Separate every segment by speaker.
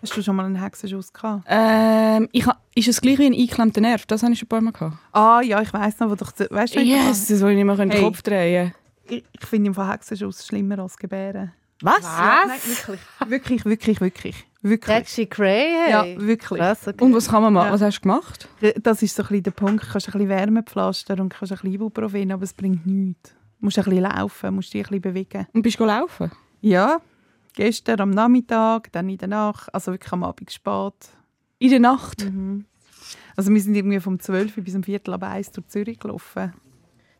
Speaker 1: Hast du schon mal einen Hexenschuss gehabt?
Speaker 2: Ähm, ich, ha- ist es gleich wie ein eingeklemmter Nerv? Das habe ich schon ein paar Mal gehabt.
Speaker 1: Ah ja, ich weiss noch, wo doch... Weißt du, wer
Speaker 2: Yes, das soll ich nicht mehr den
Speaker 1: Hey.
Speaker 2: Kopf drehen.
Speaker 1: Ich, ich finde im Fall Hexenschuss schlimmer als Gebären.
Speaker 3: Was?
Speaker 1: Ja, nein, wirklich. Wirklich, wirklich, wirklich. Wirklich.
Speaker 3: Taxi Cray, hey.
Speaker 1: Ja, wirklich.
Speaker 3: Krass, okay.
Speaker 2: Und was kann man machen?
Speaker 1: Ja.
Speaker 2: Was hast du gemacht?
Speaker 1: Das ist so ein bisschen der Punkt. Du kannst ein bisschen Wärmepflaster und kannst ein bisschen Ibuprofen, aber es bringt nichts. Du musst ein bisschen laufen, musst dich ein bisschen bewegen.
Speaker 2: Und bist du laufen?
Speaker 1: Ja, gestern am Nachmittag, dann in der Nacht, also wirklich am Abend spät.
Speaker 2: In der Nacht?
Speaker 3: Mhm.
Speaker 1: Also wir sind irgendwie vom 12 Uhr bis um Viertel ab 1 durch Zürich gelaufen.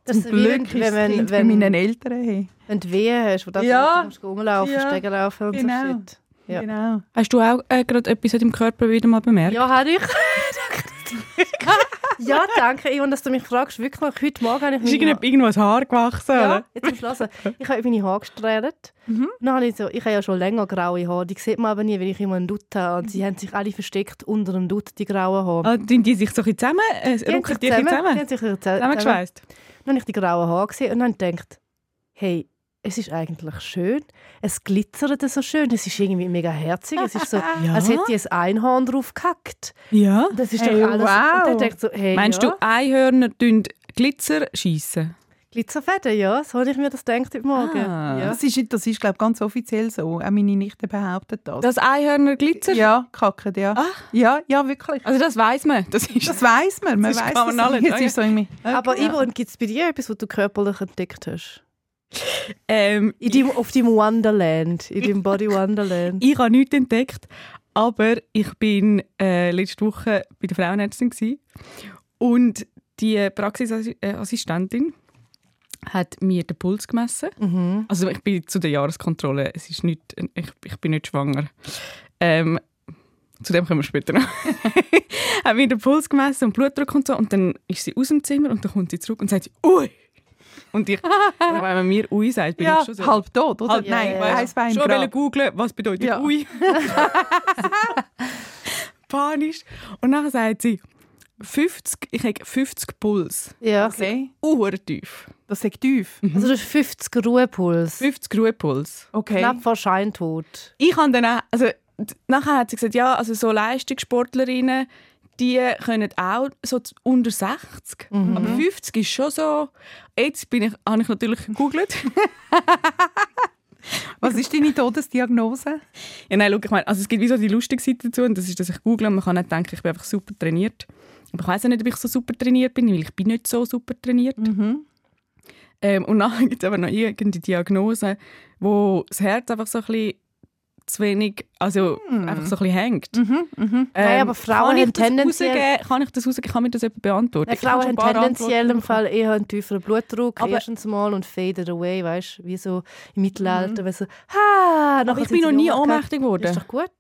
Speaker 3: Das ist
Speaker 1: Zum
Speaker 3: wie,
Speaker 1: Glück
Speaker 3: wenn,
Speaker 1: ist
Speaker 3: wenn,
Speaker 1: das Kind
Speaker 3: wenn,
Speaker 1: bei
Speaker 3: wenn,
Speaker 1: meinen Eltern. Hey.
Speaker 3: wenn du Wehen hast, wo das
Speaker 1: Ja.
Speaker 3: du musst rumlaufen,
Speaker 1: Ja.
Speaker 3: Stegen laufen und so
Speaker 1: Genau.
Speaker 3: Shit. Ja.
Speaker 1: Genau.
Speaker 2: Hast du auch äh, gerade etwas im Körper wieder mal bemerkt?
Speaker 3: Ja, habe ich. ja, danke, Ivan, dass du mich fragst. Wirklich, heute Morgen habe ich
Speaker 2: Ist irgend- irgendwo ein Haar gewachsen?
Speaker 3: Ja,
Speaker 2: oder? Mhm.
Speaker 3: jetzt musst du hören. Ich habe meine Haare gestrahlt. Dann habe ich, so, ich habe ja schon länger graue Haare. Die sieht man aber nie, weil ich immer einen Dutt habe. Und sie haben sich alle versteckt unter dem Dutt, die grauen Haare.
Speaker 2: Ah, tun die sich so ein bisschen zusammen? Äh,
Speaker 3: Die haben
Speaker 2: rücken
Speaker 3: sich
Speaker 2: die ein bisschen
Speaker 3: Die
Speaker 2: zusammen?
Speaker 3: haben sich zusammen- zusammen-
Speaker 2: Zusammengeschweißt?
Speaker 3: Dann habe ich die grauen Haare gesehen und dann gedacht, hey, es ist eigentlich schön. Es glitzert so schön. Es ist irgendwie mega herzig. Es ist so, Also,
Speaker 2: Ja.
Speaker 3: als hätte ich ein Einhorn drauf gehackt.
Speaker 2: Ja.
Speaker 3: Und Das ist
Speaker 1: Hey,
Speaker 3: doch alles.
Speaker 1: wow.
Speaker 3: Und dann denkt so, hey,
Speaker 2: Meinst
Speaker 3: ja,
Speaker 2: du, Einhörner tun Glitzer schiessen?
Speaker 3: Glitzerfäden, ja. So habe ich mir das gedacht heute Morgen.
Speaker 2: Ah.
Speaker 3: Ja.
Speaker 1: Das ist, das ist glaube ich, ganz offiziell so. Auch meine Nichte behauptet das.
Speaker 2: Dass Einhörner glitzern?
Speaker 1: ja, kacken, ja. Ja, ja, wirklich.
Speaker 2: Also das weiß man. Das ist
Speaker 1: Das weiß man. Man
Speaker 2: Das
Speaker 1: weiß
Speaker 2: kann man alles,
Speaker 1: Es ist so irgendwie...
Speaker 3: Aber Yvonne, gibt es bei dir etwas, was du körperlich entdeckt hast?
Speaker 2: ähm,
Speaker 3: In deinem, auf deinem Wonderland, in deinem Body Wonderland.
Speaker 2: ich habe nichts entdeckt, aber ich bin äh, letzte Woche bei der Frauenärztin gsi und die Praxisassistentin hat mir den Puls gemessen.
Speaker 3: Mhm.
Speaker 2: Also ich bin zu der Jahreskontrolle. Es ist nicht, ich, ich bin nicht schwanger. Ähm, zu dem kommen wir später noch. hat mir den Puls gemessen und Blutdruck und so und dann ist sie aus dem Zimmer und dann kommt sie zurück und sagt sie, ui. Und ich, wenn man mir ui sagt, bin
Speaker 1: Ja,
Speaker 2: ich schon so.
Speaker 1: halb tot, oder?
Speaker 2: Halb-
Speaker 1: Nein,
Speaker 3: Ja, ja, ja.
Speaker 1: ein Bein
Speaker 2: Äh, Schon wollen
Speaker 1: gerade.
Speaker 2: googeln, was bedeutet
Speaker 1: Ja.
Speaker 2: Ui. Panisch. Und dann sagt sie, 50, ich habe 50 Puls.
Speaker 3: Ja.
Speaker 1: Okay.
Speaker 2: Urtief.
Speaker 1: Das ist tief.
Speaker 2: Mhm.
Speaker 3: Also du hast 50 Ruhepuls.
Speaker 2: 50 Ruhepuls.
Speaker 1: Okay.
Speaker 3: Knapp vor Scheintod.
Speaker 2: Ich habe dann auch, also d- nachher hat sie gesagt, ja, also so Leistungssportlerinnen, die können auch so z- unter 60. Aber 50 ist schon so. Jetzt bin ich, habe ich natürlich gegoogelt.
Speaker 1: Was ist deine Todesdiagnose?
Speaker 2: Ja, nein, schau, ich meine, also es gibt wie so die lustige Seite dazu und das ist, dass ich google und man kann nicht denken, ich bin einfach super trainiert. Aber ich weiß auch nicht, ob ich so super trainiert bin, weil ich bin nicht so super trainiert.
Speaker 3: Mhm.
Speaker 2: Ähm, und nachher gibt es aber noch irgendeine Diagnose, wo das Herz einfach so ein bisschen zu wenig, also einfach so ein bisschen hängt.
Speaker 1: Mhm,
Speaker 2: Ähm,
Speaker 3: Mhm. Nein, aber Frauen
Speaker 2: kann ich
Speaker 3: haben
Speaker 2: das
Speaker 3: tendenziell-
Speaker 2: rausgeben? Kann ich das rausgeben? Kann mir das jemand beantworten?
Speaker 3: Die
Speaker 2: Ich habe
Speaker 3: Frauen
Speaker 2: schon
Speaker 3: haben
Speaker 2: ein paar
Speaker 3: tendenziell
Speaker 2: Antworten
Speaker 3: im Fall eher einen tieferen Blutdruck,
Speaker 2: Aber-
Speaker 3: erstens mal, und faded away, weißt du, wie so im Mittelalter, weißt du, ha,
Speaker 2: Mhm. ich bin noch nie ohnmächtig geworden.
Speaker 3: Ist doch gut.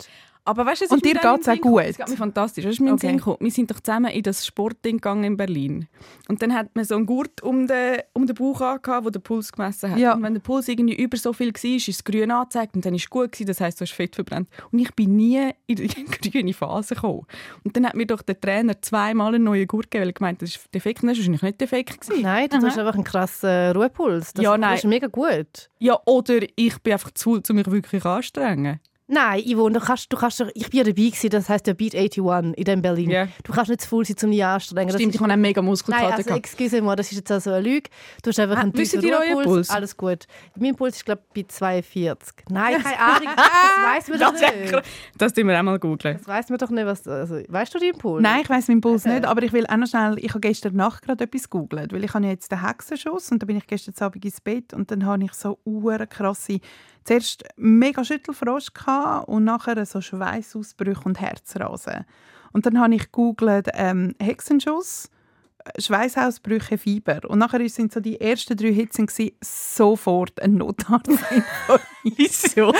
Speaker 2: Aber weißt, du, es
Speaker 1: Und
Speaker 2: ist mir
Speaker 1: dir
Speaker 2: dann in
Speaker 1: geht's
Speaker 2: den
Speaker 1: auch
Speaker 2: Sinn gekommen.
Speaker 1: gut?
Speaker 2: Es geht mir fantastisch. Das ist mein
Speaker 1: Okay.
Speaker 2: Sinn gekommen. Wir sind doch zusammen in das Sportding gegangen in Berlin. Und dann hat man so einen Gurt um den, um den Bauch angehabt, wo der Puls gemessen hat.
Speaker 1: Ja.
Speaker 2: Und wenn der Puls irgendwie über so viel war, ist es grün angezeigt und dann ist es gut gewesen, das heisst, du hast Fett verbrannt. Und ich bin nie in die grüne Phase gekommen. Und dann hat mir doch der Trainer zweimal einen neuen Gurt gegeben, weil er gemeint hat, das ist defekt. Und das war wahrscheinlich nicht defekt. Gewesen.
Speaker 3: Nein, du hast einfach einen krassen Ruhepuls. Das,
Speaker 2: Ja, nein.
Speaker 3: das ist mega gut.
Speaker 2: Ja, oder ich bin einfach zu faul, um mich wirklich anstrengen.
Speaker 3: Nein, Yvonne, du kannst, du kannst doch, ich bin ja dabei gewesen, das heisst ja Beat 81 in dem Berlin.
Speaker 2: Ja.
Speaker 3: Du kannst nicht zu faul sein, zum nicht anstrengen. Das
Speaker 2: Stimmt, ich habe einen mega Muskelkater
Speaker 3: Nein, also
Speaker 2: gehabt.
Speaker 3: excuse me, das ist jetzt also eine Lüge. Du hast einfach einen
Speaker 2: Ah, wissen
Speaker 3: tiefen
Speaker 2: die euren
Speaker 3: Ruhepuls.
Speaker 2: Puls?
Speaker 3: Alles gut. Mein Puls ist, glaube ich, bei 42. Nein, keine Ahnung, das weiß man doch
Speaker 2: Das,
Speaker 3: nicht.
Speaker 2: das tun wir auch mal googeln.
Speaker 3: Das weiß man doch nicht, was... Also, weißt du deinen Puls?
Speaker 1: Nein, ich weiß meinen Puls nicht, aber ich will auch noch schnell, ich habe gestern Nacht gerade etwas googelt, weil ich habe ja jetzt den Hexenschuss und dann bin ich gestern Abend ins Bett und dann habe ich so uren krasse, zuerst mega Schüttelfrost gehabt und nachher so Schweißausbrüche und Herzrasen. Und dann habe ich googelt ähm, Hexenschuss, äh, Schweißausbrüche, Fieber und nachher sind so die ersten drei Hitzen gewesen, sofort ein Notarzt.
Speaker 2: Wieso?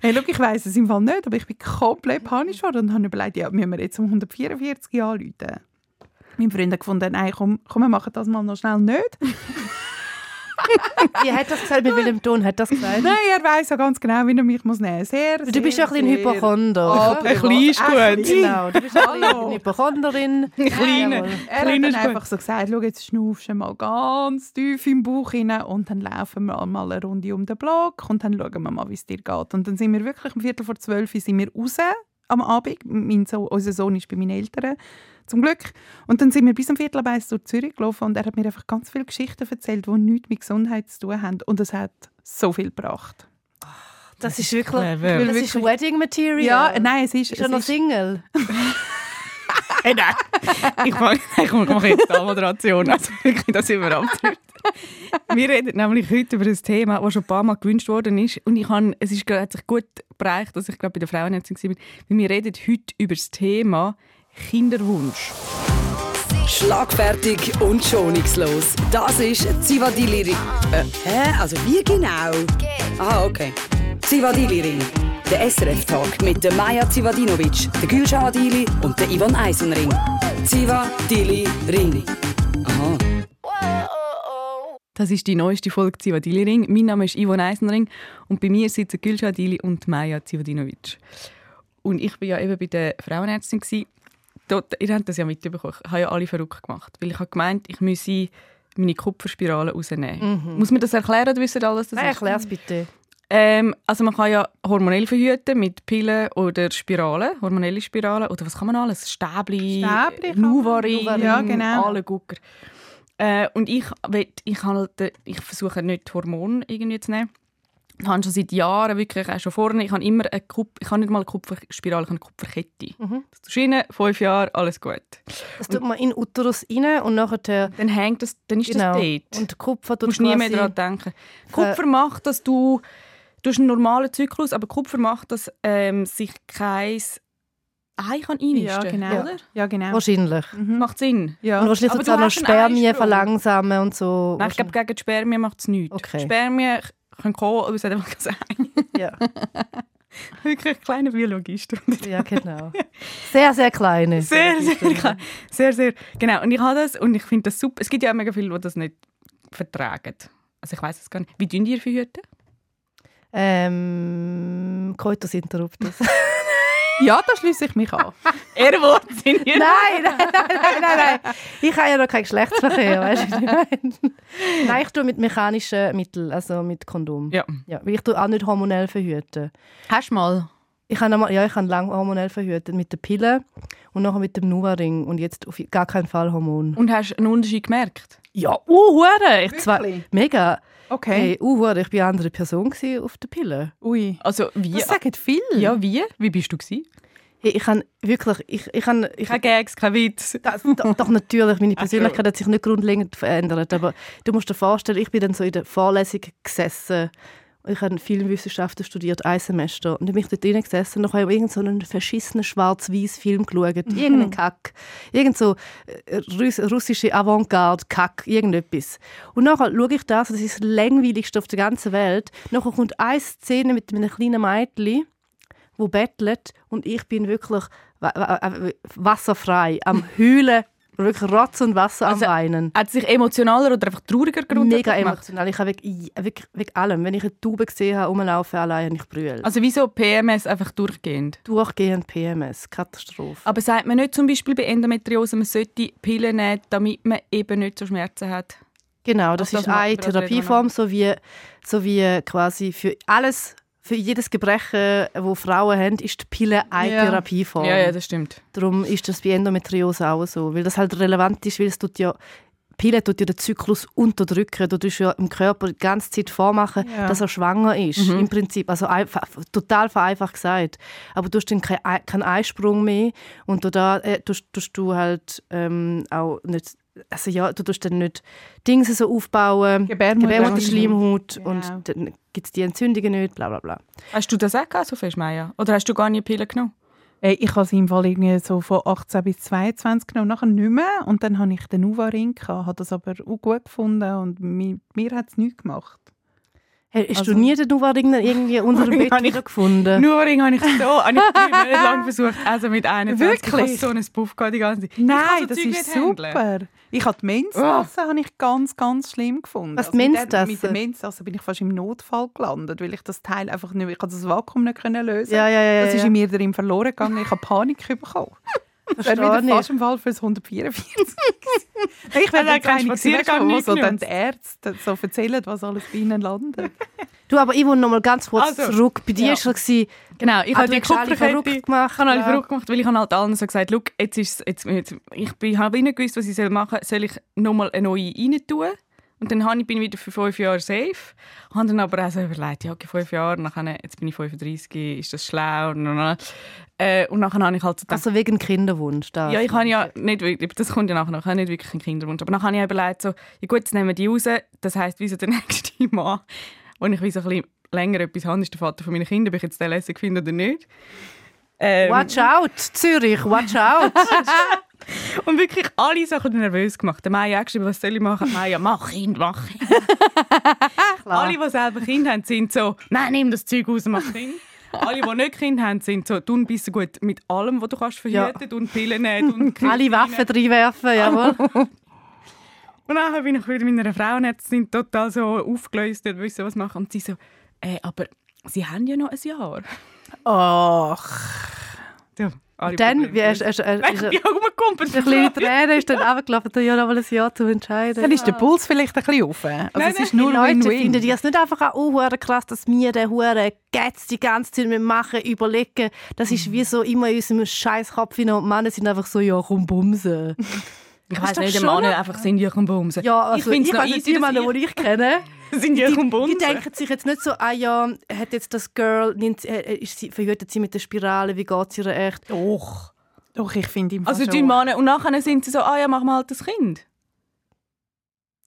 Speaker 1: Hey, schau, ich weiss es im Fall nicht, aber ich bin komplett panisch geworden und habe überlegt, ja, müssen wir jetzt um 144 anrufen?
Speaker 3: Mhm.
Speaker 1: Mein Freund hat gefunden, nein, komm, komm, wir machen das mal noch schnell nicht.
Speaker 3: Wie hat das gesagt? Mit welchem Ton hat das gesagt?
Speaker 1: Nein, er weiß ja ganz genau, wie er mich muss nehmen muss. Sehr,
Speaker 3: Du bist ja ein bisschen Hypochonder.
Speaker 1: Aber-
Speaker 2: Ein klein ist gut.
Speaker 3: Genau, du bist ein bisschen
Speaker 1: Hallo.
Speaker 3: eine Hypochonderin.
Speaker 2: Kleine.
Speaker 3: Jawohl.
Speaker 1: Er hat
Speaker 2: Klein
Speaker 1: dann
Speaker 2: ist gut.
Speaker 1: einfach so gesagt, schau, jetzt schnaufst du mal ganz tief im Bauch rein und dann laufen wir mal eine Runde um den Block und dann schauen wir mal, wie es dir geht. Und dann sind wir wirklich um Viertel vor zwölf Uhr sind wir raus am Abend. Mein so unser Sohn ist bei meinen Eltern, zum Glück. Und dann sind wir bis um Viertel ab eins durch Zürich gelaufen und er hat mir einfach ganz viele Geschichten erzählt, die nichts mit Gesundheit zu tun haben. Und es hat so viel gebracht.
Speaker 3: Das ist wirklich...
Speaker 2: Clever.
Speaker 3: Das ist Wedding Material.
Speaker 1: Ja, nein, es ist... es
Speaker 3: Ist er noch
Speaker 1: ist-
Speaker 3: Single?
Speaker 2: Hey, nein. Ich mache, ich mache jetzt eine Moderation. Also wirklich, das überrascht Wir reden nämlich heute über ein Thema, das schon ein paar Mal gewünscht worden ist. Und ich habe, es ist gerade, hat sich gut bereicht, dass ich gerade bei der Frauennetzung war. Weil wir reden heute über das Thema Kinderwunsch.
Speaker 4: Schlagfertig und schonungslos. Das ist Zivadili Ring. Äh, hä? Also wie genau? Ah, okay. Zivadili Ring. Der SRF-Talk mit der Maja Zivadinovic, der Gülşah Adili und der Yvonne Eisenring. Zivadili Ring. Aha.
Speaker 2: Das ist die neueste Folge Zivadili Ring. Mein Name ist Ivo Eisenring und bei mir sitzen Gülşah Dili und Maja Zivadinovic. Und ich war ja eben bei der Frauenärztin. gsi. Dort, ihr habt das ja mitbekommen. Ich habe ja alle verrückt gemacht. Weil ich habe gemeint, ich müsse meine Kupferspirale rausnehmen. Muss man das erklären oder wissen alles? Das
Speaker 3: Nein,
Speaker 2: ist?
Speaker 3: erklär's bitte.
Speaker 2: Ähm, also man kann ja hormonell verhüten mit Pillen oder Spiralen, hormonelle Spiralen oder was kann man alles? Stäbli,
Speaker 1: Stäbli kann man.
Speaker 2: Nuvarin,
Speaker 1: Ja, genau.
Speaker 2: alle Gucker. Äh, und ich, will, ich, halte, ich versuche nicht Hormone irgendwie zu nehmen. Ich habe schon seit Jahren, wirklich auch schon vorne, ich habe immer eine Kup ich habe nicht mal eine Kupferspirale, ich habe eine Kupferkette.
Speaker 1: Mhm.
Speaker 2: Das tust du rein, fünf Jahre, alles gut.
Speaker 3: Das tut man in den Uterus rein und nachher...
Speaker 2: Dann hängt das, dann ist
Speaker 3: Genau.
Speaker 2: das dort.
Speaker 3: Und Kupfer
Speaker 2: Du
Speaker 3: tut
Speaker 2: musst nie mehr
Speaker 3: quasi-
Speaker 2: daran denken. Kupfer macht, dass du, du hast einen normalen Zyklus, aber Kupfer macht, dass ähm, sich kein Ei kann einnisten
Speaker 1: Ja, genau.
Speaker 2: oder? Mhm.
Speaker 1: Ja, genau.
Speaker 3: Wahrscheinlich.
Speaker 2: Macht Sinn.
Speaker 1: Ja.
Speaker 3: Und wahrscheinlich
Speaker 2: Aber
Speaker 3: tut es
Speaker 2: du
Speaker 3: auch noch
Speaker 2: hast einen
Speaker 3: Spermien
Speaker 2: Eisprung.
Speaker 3: verlangsamen und so.
Speaker 2: Nein, ich glaube, gegen die Spermien macht es nichts.
Speaker 3: Okay.
Speaker 2: Spermien können kommen, aber es hat einfach kein Ei.
Speaker 3: ja.
Speaker 2: Wirklich ein kleiner Biologist.
Speaker 3: ja, genau. Sehr, sehr kleine.
Speaker 2: sehr, sehr, klein. sehr, sehr. Genau, und ich habe das und ich finde das super. Es gibt ja auch mega viele, die das nicht vertragen. Also ich weiß es gar nicht. Wie tun ihr verhüten?
Speaker 3: Ähm, Coitus interruptus.
Speaker 1: Ja, da schließe ich mich an.
Speaker 2: Ehrenwort sind ihr.
Speaker 3: nein, nein, nein, nein, nein, nein. Ich habe ja noch keinen Geschlechtsverkehr, weißt du? was ich meine? Nein, ich tue mit mechanischen Mitteln, also mit Kondom.
Speaker 2: Ja.
Speaker 3: Ja, weil ich tue auch nicht hormonell verhüten.
Speaker 2: Hast du mal?
Speaker 3: Ich habe einmal- ja, ich habe lange hormonell verhütet mit der Pille und nachher mit dem Nuvaring und jetzt auf gar keinen Fall Hormon.
Speaker 2: Und hast einen Unterschied gemerkt?
Speaker 3: Ja, uh, hure, ich zwar
Speaker 1: Wirklich?
Speaker 3: mega.
Speaker 1: Okay.
Speaker 3: Hey, uh, hure, ich bin eine andere Person gewesen auf der Pille.
Speaker 1: Ui.
Speaker 2: Also wie?
Speaker 1: Das sagen viele.
Speaker 2: Ja, wie? Wie bist du gsi?
Speaker 3: Hey, ich habe wirklich, ich, ich habe, ich,
Speaker 2: Kein Gags, kein Witz.
Speaker 3: das, doch, doch natürlich, meine
Speaker 2: Ach so.
Speaker 3: Persönlichkeit hat sich nicht grundlegend verändert, aber du musst dir vorstellen, ich bin dann so in der Vorlesung gesessen. Und Ich habe Filmwissenschaften studiert, ein Semester. Und ich bin dort drin gesessen und dann habe ich irgend so einen verschissenen schwarz weiß film geschaut. Irgendeinen Kack. Irgend so äh, Russ russische Avantgarde-Kack. Irgendetwas. Und nachher schaue ich das, und das ist das langweiligste auf der ganzen Welt. Nachher kommt eine Szene mit einem kleinen Mädchen wo bettelt und ich bin wirklich wa- wa- wa- wasserfrei am heulen, wirklich Rotz und Wasser
Speaker 2: Also,
Speaker 3: am Weinen.
Speaker 2: Hat es sich emotionaler oder einfach trauriger Grund
Speaker 3: Mega
Speaker 2: gemacht?
Speaker 3: emotional. Ich habe wirklich, wirklich, wirklich allem, wenn ich eine Taube gesehen habe, rumlaufen allein, ich brülle.
Speaker 2: Also wieso PMS einfach durchgehend?
Speaker 3: Durchgehend PMS, Katastrophe.
Speaker 2: Aber sagt man nicht zum Beispiel bei Endometriose, man sollte Pillen nehmen, damit man eben nicht so Schmerzen hat?
Speaker 3: Genau, das,
Speaker 2: das
Speaker 3: ist
Speaker 2: macht
Speaker 3: eine
Speaker 2: man, das
Speaker 3: Therapieform, so wie, so wie quasi für alles, für jedes Gebrechen, wo Frauen haben, ist die Pille eine
Speaker 1: Ja.
Speaker 3: Therapieform.
Speaker 2: Ja, ja, das stimmt.
Speaker 3: Darum ist das bei Endometriose auch so, weil das halt relevant ist, weil es tut ja Pille tut ja den Zyklus unterdrücken. Du tust ja im Körper die ganze Zeit vormachen,
Speaker 1: Ja. Mhm.
Speaker 3: dass er schwanger ist. Im Prinzip, also einfach, total vereinfacht gesagt. Aber du hast dann keinen Ei- keinen Einsprung mehr und du da äh, tust, tust du halt ähm, auch nicht, also ja, du tust dann nicht Dinge so aufbauen,
Speaker 1: Gebärmutter-
Speaker 3: Gebärmutterschleimhaut
Speaker 1: Genau.
Speaker 3: und dann gibt es die Entzündungen nicht, bla bla bla.
Speaker 2: Hast du das auch gehabt, so fest, Maya? Oder hast du gar nie Pillen genommen?
Speaker 1: Äh, Ich habe es im Fall irgendwie so von 18 bis 22 genommen, nachher nicht mehr. Und dann habe ich den Uva-Ring gehabt, habe das aber auch gut gefunden und mi- mir hat es nichts gemacht.
Speaker 3: Hast
Speaker 1: Also-
Speaker 3: du nie den Nuvaring irgendwie unter dem
Speaker 1: Nuvaring
Speaker 3: Bett
Speaker 1: habe ich-
Speaker 3: wieder gefunden?
Speaker 2: Nur Ring habe ich so, habe ich vier Monate lang versucht. Also mit 21 ich habe
Speaker 1: Wirklich?
Speaker 2: so einen Puff gehabt die ganze Zeit.
Speaker 1: Nein,
Speaker 2: Ich kann so
Speaker 1: das
Speaker 2: Zeug
Speaker 1: ist
Speaker 2: nicht handeln. Oh.
Speaker 1: super. Ich habe die Menstasse habe ich ganz, ganz schlimm gefunden. Also
Speaker 3: Was, die
Speaker 1: mit der-
Speaker 3: Menstasse?
Speaker 1: Mit der Menstasse bin ich fast im Notfall gelandet, weil ich das Teil einfach nicht, ich habe das Vakuum nicht können lösen.
Speaker 3: Ja, ja, ja,
Speaker 1: Das ist
Speaker 3: ja.
Speaker 1: in mir drin verloren gegangen. Ich habe Panik bekommen. Ich wäre
Speaker 3: Verstehe
Speaker 1: wieder
Speaker 3: nicht.
Speaker 1: fast im Fall für das 144. Nein, ich wäre dann
Speaker 2: Hat jetzt kein
Speaker 1: keine gewesen,
Speaker 2: Spaziergang
Speaker 1: wo so
Speaker 2: mitgenutzt.
Speaker 1: dann die Ärzte so erzählen, was alles bei ihnen landet.
Speaker 3: Du, aber ich will noch mal ganz kurz
Speaker 2: Also,
Speaker 3: zurück. Bei dir
Speaker 2: ja.
Speaker 3: war schon, gewesen,
Speaker 2: Genau, ich
Speaker 3: ah,
Speaker 2: habe
Speaker 3: du
Speaker 2: die
Speaker 3: hast alle verrückt
Speaker 2: Kupferkette
Speaker 3: gemacht.
Speaker 2: Ich habe alle
Speaker 3: ja.
Speaker 2: verrückt gemacht, weil ich habe halt allen so gesagt, «Schau, jetzt ist jetzt, jetzt, ich bin, habe nicht gewusst, was ich soll machen soll. Soll ich nochmal eine neue rein tun? Und dann habe ich, bin ich wieder für fünf Jahre safe. Habe dann aber auch so überlegt, ja, okay, fünf Jahre, nachher, jetzt bin ich 35, ist das schlau? Und, und, äh, und nachher habe ich halt so gedacht,
Speaker 3: Also wegen Kinderwunsch. Das.
Speaker 2: ja, ich habe ja nicht wirklich, das kommt ja nachher noch, ich habe nicht wirklich einen Kinderwunsch. Aber dann habe ich überlegt, so, ja gut, jetzt nehmen wir die raus, das heisst, wieso der nächste Mann, wenn ich wie so ein bisschen länger etwas habe, ist der Vater von meinen Kindern, ob ich jetzt den lässig finde oder nicht. Ähm,
Speaker 3: Watch out, Zürich, watch out.
Speaker 2: Und wirklich alle so ein bisschen nervös gemacht. Der Maya hat geschrieben, was soll ich machen? Die Maya, mach Kind, mach Kind. alle, die selber Kind haben, sind so, nein, nimm das Zeug raus, mach Kind. alle, die nicht Kind haben, sind so, du bist gut mit allem, was du kannst verhüten, ja. und Pillen nehmen, und
Speaker 3: alle Waffen reinwerfen, jawohl.
Speaker 2: Und nachher bin ich wieder mit einer Frau und jetzt sind total so aufgelöst und wissen, was machen. Und sie so, äh, aber sie haben ja noch ein Jahr.
Speaker 1: Ach,
Speaker 2: Ja, alle
Speaker 3: Dann, wie,
Speaker 2: Probleme.
Speaker 3: hast, hast, hast,
Speaker 2: ich
Speaker 3: hast,
Speaker 2: bin rumgekumpelt.
Speaker 3: eine kleine Träne ist dann runtergelaufen, ja, noch mal ein Jahr zu entscheiden.
Speaker 1: dann ist der Puls vielleicht ein bisschen offen. Also
Speaker 2: Nein,
Speaker 1: es ist
Speaker 3: Die
Speaker 1: nur
Speaker 3: Leute
Speaker 1: Win-Win.
Speaker 3: finden das nicht einfach auch oh, hure krass, dass wir den hure Gats die ganze Zeit mit machen, überlegen. Das ist wie so immer in unserem Scheißkopf hinein und die Männer sind einfach so, ja, komm, bumsen.
Speaker 2: Ich
Speaker 3: Ist
Speaker 2: weiss
Speaker 3: doch
Speaker 2: nicht,
Speaker 3: schon
Speaker 2: der Mann einfach sind Jürgen Bumsen.
Speaker 3: Ja, also
Speaker 2: ich
Speaker 3: ich,
Speaker 2: finde es noch
Speaker 3: weiss nicht,
Speaker 2: easy,
Speaker 3: die
Speaker 2: dass
Speaker 3: Männer, die ich kenne,
Speaker 2: ich, sind Jürgen
Speaker 3: die
Speaker 2: Bumsen.
Speaker 3: denken sich jetzt nicht so, ah ja, hat jetzt das Girl, nimmt, sie- äh, ist sie, verhütet sie mit der Spirale, wie geht es ihr echt?
Speaker 2: Doch.
Speaker 1: Doch, ich finde im Fall
Speaker 2: Also die
Speaker 1: schon.
Speaker 2: Männer, und nachher sind sie so, ah ja, machen wir halt das Kind.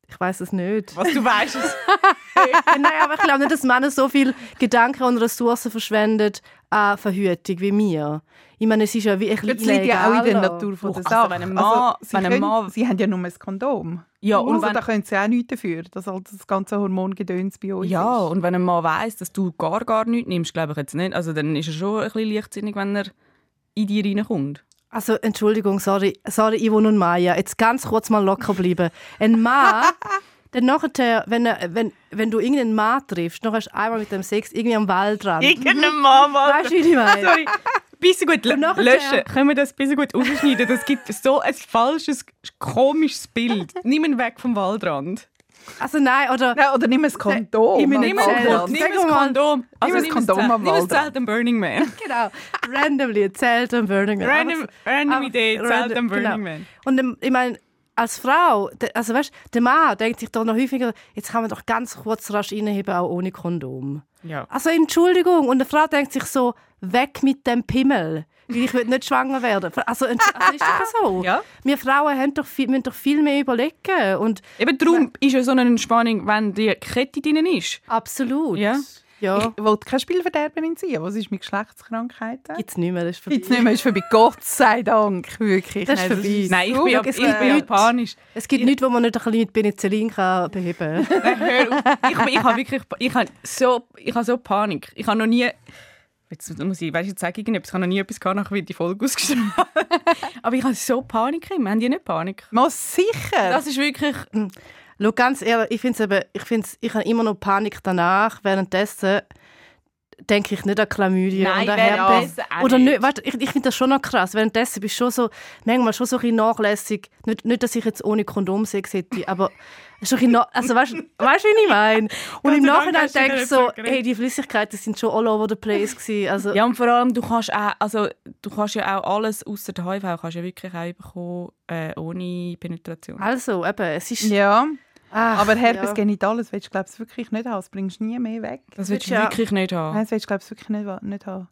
Speaker 3: Ich weiß es nicht.
Speaker 2: Was du weißt es.
Speaker 3: Äh, Nein, aber ich glaube nicht, dass Männer so viel Gedanken und Ressourcen verschwenden an Verhütung wie wir. Ich meine, es ist ja wie ein bisschen
Speaker 1: Das liegt ja auch in der
Speaker 3: illegal.
Speaker 1: Natur von der
Speaker 2: Doch,
Speaker 1: Sache.
Speaker 2: also wenn ein Mann-
Speaker 1: sie,
Speaker 2: wenn ein
Speaker 1: können,
Speaker 2: Mann-
Speaker 1: sie haben ja nur ein Kondom.
Speaker 2: Ja,
Speaker 1: und
Speaker 2: und
Speaker 1: also,
Speaker 2: wenn,
Speaker 1: da können sie auch nichts dafür, dass halt das ganze Hormongedöns bei uns
Speaker 2: ja,
Speaker 1: ist.
Speaker 2: und wenn ein Mann weiss, dass du gar, gar nichts nimmst, glaube ich jetzt nicht, also dann ist er schon ein bisschen leichtsinnig, wenn er in dich reinkommt.
Speaker 3: Also, Entschuldigung, sorry, sorry, Yvonne und Maya. Jetzt ganz kurz mal locker bleiben. Ein Mann, dann nachher, wenn, er, wenn, wenn du irgendeinen Mann triffst, noch hast du einmal mit dem Sex irgendwie am Waldrand.
Speaker 2: Irgendein Mann, Mann.
Speaker 3: Weißt du, wie ich meine?
Speaker 2: Sorry. Bisschen gut lö-
Speaker 3: nachher-
Speaker 2: löschen. Können wir das bisschen gut aufschneiden? Das gibt so ein falsches, komisches Bild. Nimm ihn weg vom Waldrand.
Speaker 3: Also, nein, oder.
Speaker 1: Nein, oder nimm ein Kondom. also
Speaker 3: Nimm ein-
Speaker 1: am
Speaker 2: Nimm
Speaker 3: Waldrand.
Speaker 2: ein
Speaker 1: Balkon.
Speaker 2: Kondom. Nimm ein Kondom. Also
Speaker 1: ein
Speaker 2: nimm ein
Speaker 1: Kondom
Speaker 2: Zelt.
Speaker 1: am
Speaker 2: Nimm ein
Speaker 1: Waldrand.
Speaker 2: Zelt am Burning Man.
Speaker 3: Genau, randomly, Zelt am Burning Man.
Speaker 2: Random, random
Speaker 3: Ah,
Speaker 2: Idee, Zelt am
Speaker 3: random,
Speaker 2: Burning
Speaker 3: genau.
Speaker 2: Man.
Speaker 3: Und ähm, ich meine, als Frau, de- also weißt, der Mann denkt sich doch noch häufiger, jetzt kann man doch ganz kurz rasch reinheben, auch ohne Kondom.
Speaker 2: Ja.
Speaker 3: Also Entschuldigung, und eine Frau denkt sich so, weg mit dem Pimmel, weil ich will nicht schwanger werden. Also, ents- also ist doch so.
Speaker 2: Ja.
Speaker 3: Wir Frauen haben doch viel, müssen doch viel mehr überlegen. Und
Speaker 2: Eben darum ist ja so eine Entspannung, wenn die Kette drin ist.
Speaker 3: absolut.
Speaker 2: Ja.
Speaker 3: ja.
Speaker 1: Ich wollte keine Spielverderberin sein. Was ist mit Geschlechtskrankheiten?
Speaker 3: Gibt's nicht mehr, das ist vorbei.
Speaker 1: Jetzt nicht mehr, ist vorbei. Gott sei Dank, wirklich.
Speaker 3: Das ist
Speaker 1: Nein,
Speaker 3: vorbei.
Speaker 2: Nein, ich bin, ja- ich
Speaker 3: es
Speaker 2: bin
Speaker 3: gibt Leute-
Speaker 2: japanisch.
Speaker 3: Es gibt nichts, wo man nicht ein bisschen mit Penicillin kann beheben kann.
Speaker 2: Nein, hör auf. Ich, ich habe wirklich ich habe so, ich habe so Panik. Ich habe noch nie. Jetzt muss ich, weißt, jetzt sage ich irgendetwas. Ich habe noch nie etwas gehabt, nachher wird die Folge ausgestrahlt. Aber ich habe so Panik. Kim. Haben die nicht Panik?
Speaker 1: Mal sicher.
Speaker 2: Das ist wirklich.
Speaker 3: Äh, Schau, ganz ehrlich, ich finde eben, ich find's, ich habe immer noch Panik danach. Währenddessen denke ich nicht an Chlamydien
Speaker 2: Nein,
Speaker 3: und an
Speaker 2: währenddessen
Speaker 3: Herpes.
Speaker 2: auch
Speaker 3: Oder
Speaker 2: nicht.
Speaker 3: nicht, warte, ich, ich finde das schon noch krass. Währenddessen bist du schon so, manchmal schon so ein bisschen nachlässig. Nicht, nicht, dass ich jetzt ohne Kondom Sex hätte, aber schon ein bisschen nach, also weißt, du- weißt du, wie ich meine? Und
Speaker 2: Gott sei
Speaker 3: im
Speaker 2: Dank
Speaker 3: Nachhinein
Speaker 2: hast du
Speaker 3: denke
Speaker 2: wieder
Speaker 3: ich so,
Speaker 2: darüber geredet.
Speaker 3: hey, die Flüssigkeiten sind schon all over the place gewesen. Also,
Speaker 2: Ja, und vor allem, du kannst, auch, also, du kannst ja auch alles außer der HIV kannst ja wirklich auch bekommen, äh, ohne Penetration.
Speaker 3: Also, eben, es ist...
Speaker 1: ja,
Speaker 3: Ach,
Speaker 1: aber Herpes
Speaker 3: ja.
Speaker 1: genitalis willst du glaubst, wirklich nicht haben. Das bringst du nie mehr weg.
Speaker 2: Das willst du
Speaker 3: Ja.
Speaker 2: wirklich nicht haben.
Speaker 1: Nein, das willst du glaubst, wirklich nicht, nicht haben.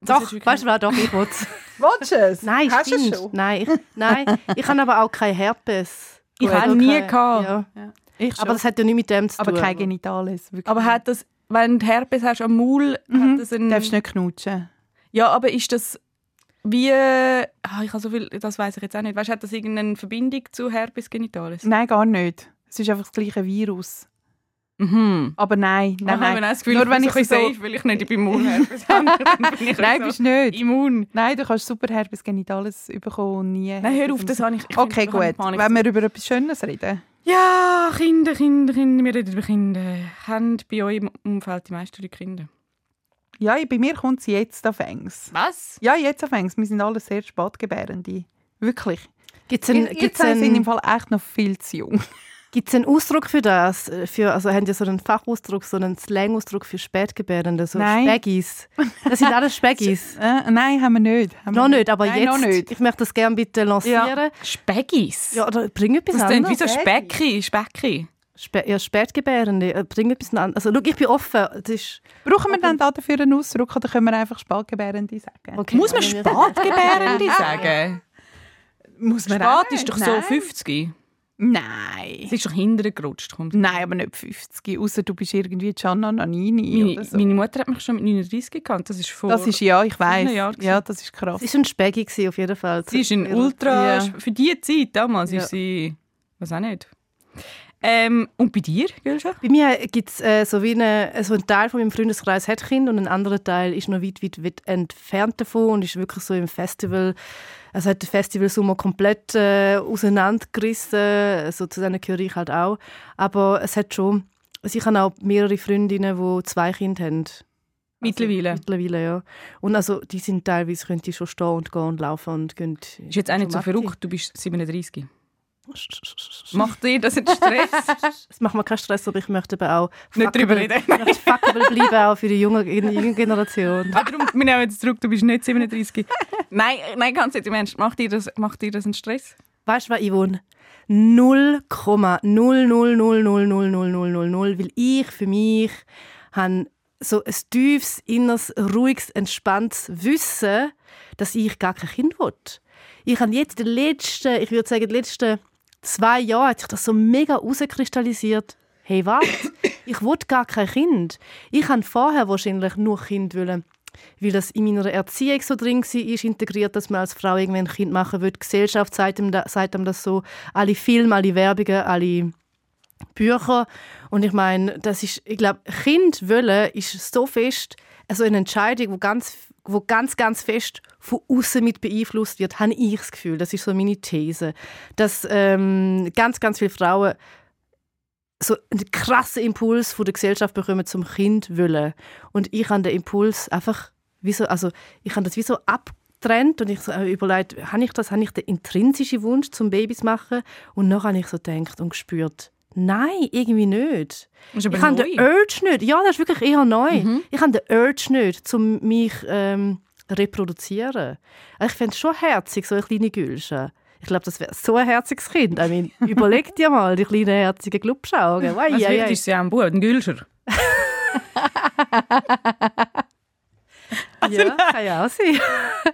Speaker 2: Das
Speaker 3: Doch,
Speaker 2: ist wirklich-
Speaker 3: weißt du was, doch, ich will's.
Speaker 1: Willst du es?
Speaker 3: Nein,
Speaker 1: Hast du es
Speaker 3: stimmt.
Speaker 1: schon?
Speaker 3: Nein, ich, nein, ich habe aber auch kein Herpes.
Speaker 2: Ich
Speaker 3: Gut,
Speaker 2: habe
Speaker 3: okay.
Speaker 2: nie gehabt.
Speaker 3: Ja.
Speaker 1: Ich schon.
Speaker 3: Aber das hat ja nichts mit dem zu
Speaker 1: Aber
Speaker 3: tun.
Speaker 1: kein Genitalis. Wirklich.
Speaker 2: Aber hat das, wenn du Herpes hast am Maul, hat das
Speaker 1: Du
Speaker 2: ein...
Speaker 1: Mhm. darfst nicht knutschen.
Speaker 2: Ja, aber ist das wie... Ah, ich habe so viel... Das weiß ich jetzt auch nicht. Weißt, du, hat das irgendeine Verbindung zu Herpes genitalis?
Speaker 1: Nein, gar nicht. Es ist einfach das gleiche Virus.
Speaker 2: Mhm.
Speaker 1: Aber nein, nein,
Speaker 2: Aha,
Speaker 1: nein.
Speaker 2: wenn ich das Gefühl,
Speaker 1: Hm. Nur wenn ich
Speaker 2: bin
Speaker 1: so...
Speaker 2: so ein bisschen safe, weil ich nicht im Immun habe. Bei den anderen bin ich
Speaker 1: Nein,
Speaker 2: so
Speaker 1: bist nicht.
Speaker 2: immun.
Speaker 1: Nein, du kannst super Herpes Genitalis bekommen und nie...
Speaker 2: Nein, hör
Speaker 1: Herpes
Speaker 2: auf, das habe ich. ich
Speaker 1: Okay,
Speaker 2: ich habe
Speaker 1: gut.
Speaker 2: Panik.
Speaker 1: Wenn wir über etwas Schönes reden.
Speaker 2: Ja, Kinder, Kinder, Kinder, wir reden über Kinder. Haben bei euch im Umfeld die meisten Leute Kinder?
Speaker 1: Ja, bei mir kommt es jetzt auf Engs.
Speaker 2: Was?
Speaker 1: Ja, jetzt auf Engs. Wir sind alle sehr spätgebärende. Wirklich.
Speaker 3: Gibt
Speaker 1: Ihr-
Speaker 3: es
Speaker 1: Ihr zwei sind im
Speaker 3: einen,
Speaker 1: Fall echt noch viel zu jung.
Speaker 3: gibt's einen Ausdruck für das? Für, also haben die so einen Fachausdruck, so einen Slang-Ausdruck für Spätgebärende, so
Speaker 1: Nein.
Speaker 3: Späggis. Das sind alles Späggis.
Speaker 1: Äh, nein, haben wir nicht. Haben wir
Speaker 3: noch nicht, aber
Speaker 1: Nein,
Speaker 3: jetzt.
Speaker 1: Noch nicht.
Speaker 3: Ich möchte das gerne bitte lancieren. Ja,
Speaker 2: Speggis?
Speaker 3: oder bring etwas
Speaker 2: das klingt wie
Speaker 3: anderes.
Speaker 2: so Specki, Specki.
Speaker 3: Spä ja, Spätgebärende, äh, bring etwas anderes. Also, schau, ich bin offen. Das ist,
Speaker 1: Brauchen wir dann dafür einen Ausdruck oder können wir einfach spätgebärende sagen?
Speaker 3: okay.
Speaker 2: Muss man
Speaker 3: Wenn wir-
Speaker 2: Spatgebärende sagen?
Speaker 1: Muss man
Speaker 2: Spat
Speaker 1: auch
Speaker 2: ah, ist
Speaker 1: nicht?
Speaker 2: doch so
Speaker 1: Nein.
Speaker 2: 50.
Speaker 1: Nein.
Speaker 2: Es ist doch hinterher gerutscht. Kommt.
Speaker 1: Nein, aber nicht 50. Außer du bist irgendwie Gianna Nannini
Speaker 2: Meine,
Speaker 1: oder so.
Speaker 2: meine Mutter hat mich schon mit 39 gekannt. Das ist vor...
Speaker 1: das ist ja, ich
Speaker 2: einem
Speaker 1: weiß.
Speaker 2: Jahr gewesen.
Speaker 1: Ja, das ist krass.
Speaker 3: Es war ein Späggi gewesen, auf jeden Fall.
Speaker 2: sie ist ein Ultra...
Speaker 1: Ja.
Speaker 2: Für die Zeit damals
Speaker 3: Ja.
Speaker 2: ist sie... Was auch nicht. Ähm, und bei dir, Gülscha?
Speaker 3: Bei mir gibt es äh, so wie eine, so ein Teil von meinem Freundeskreis hat Kinder und ein anderer Teil ist noch weit, weit, weit entfernt davon und ist wirklich so im Festival. Also hat den Festivalsommer komplett äh, auseinandergerissen. So zu denen gehöre ich halt auch. Aber es hat schon. Also ich habe auch mehrere Freundinnen, die zwei Kinder haben.
Speaker 2: Mittlerweile.
Speaker 3: Also, mittlerweile, ja. Und also die sind teilweise, können die schon stehen und gehen und laufen und gehen. äh,
Speaker 2: Ist jetzt auch nicht so verrückt, du bist 37.
Speaker 3: Es
Speaker 2: Macht dir das jetzt Stress?
Speaker 3: macht mir keinen Stress, aber ich möchte eben auch
Speaker 2: Nicht drüber
Speaker 3: fuckable-
Speaker 2: reden.
Speaker 3: Ich möchte fuckable bleiben, auch für die junge, junge Generation.
Speaker 2: Ah, darum, wir nehmen jetzt zurück, du bist nicht 37. nein, nein, ganz nicht im Ernst. Macht dir das, macht dir das einen Stress?
Speaker 3: Weißt du was, Yvonne? 0,000000000, weil ich für mich habe so ein tiefes, inneres, ruhiges, entspanntes Wissen, dass ich gar kein Kind will. Ich habe jetzt in den letzten, ich würde sagen, die letzten zwei Jahre hat sich das so mega rauskristallisiert. Hey, warte, ich will gar kein Kind. Ich habe vorher wahrscheinlich nur Kind wollen weil das in meiner Erziehung so drin war, ist integriert, dass man als Frau irgendwie ein Kind machen wird. Die Gesellschaft sagt einem, da, sagt einem das so. Alle Filme, alle Werbungen, alle Bücher. Und ich meine, das ist, ich glaube, Kind wollen ist so fest, also eine Entscheidung, wo ganz, wo ganz, ganz fest von außen mit beeinflusst wird, habe ich das Gefühl. Das ist so meine These, dass ähm, ganz, ganz viele Frauen so einen krassen Impuls von der Gesellschaft bekommen zum Kind wollen. Und ich habe den Impuls einfach, wie so, also ich habe das wie so abgetrennt und ich so äh, überlegt, habe ich das, habe ich den intrinsischen Wunsch zum Baby zu machen? Und nachher habe ich so gedacht und gespürt, nein, irgendwie nicht.
Speaker 2: Das ist
Speaker 3: Ich habe den
Speaker 2: äh,
Speaker 3: Urge nicht. Ja, das ist wirklich eher neu. Ich habe den Urge nicht, um mich ähm, reproduzieren. Also, Ich fände es schon herzig, so eine kleine Gülsche. Ich glaube, das wäre so ein herziges Kind. Ich meine, überleg dir mal, die kleinen herzigen Glubschaugen. Wei,
Speaker 2: Was
Speaker 3: ei, ei.
Speaker 2: wild Also ist ja ein Bub, ein Gülscher.
Speaker 3: Ja, kann ja auch sein.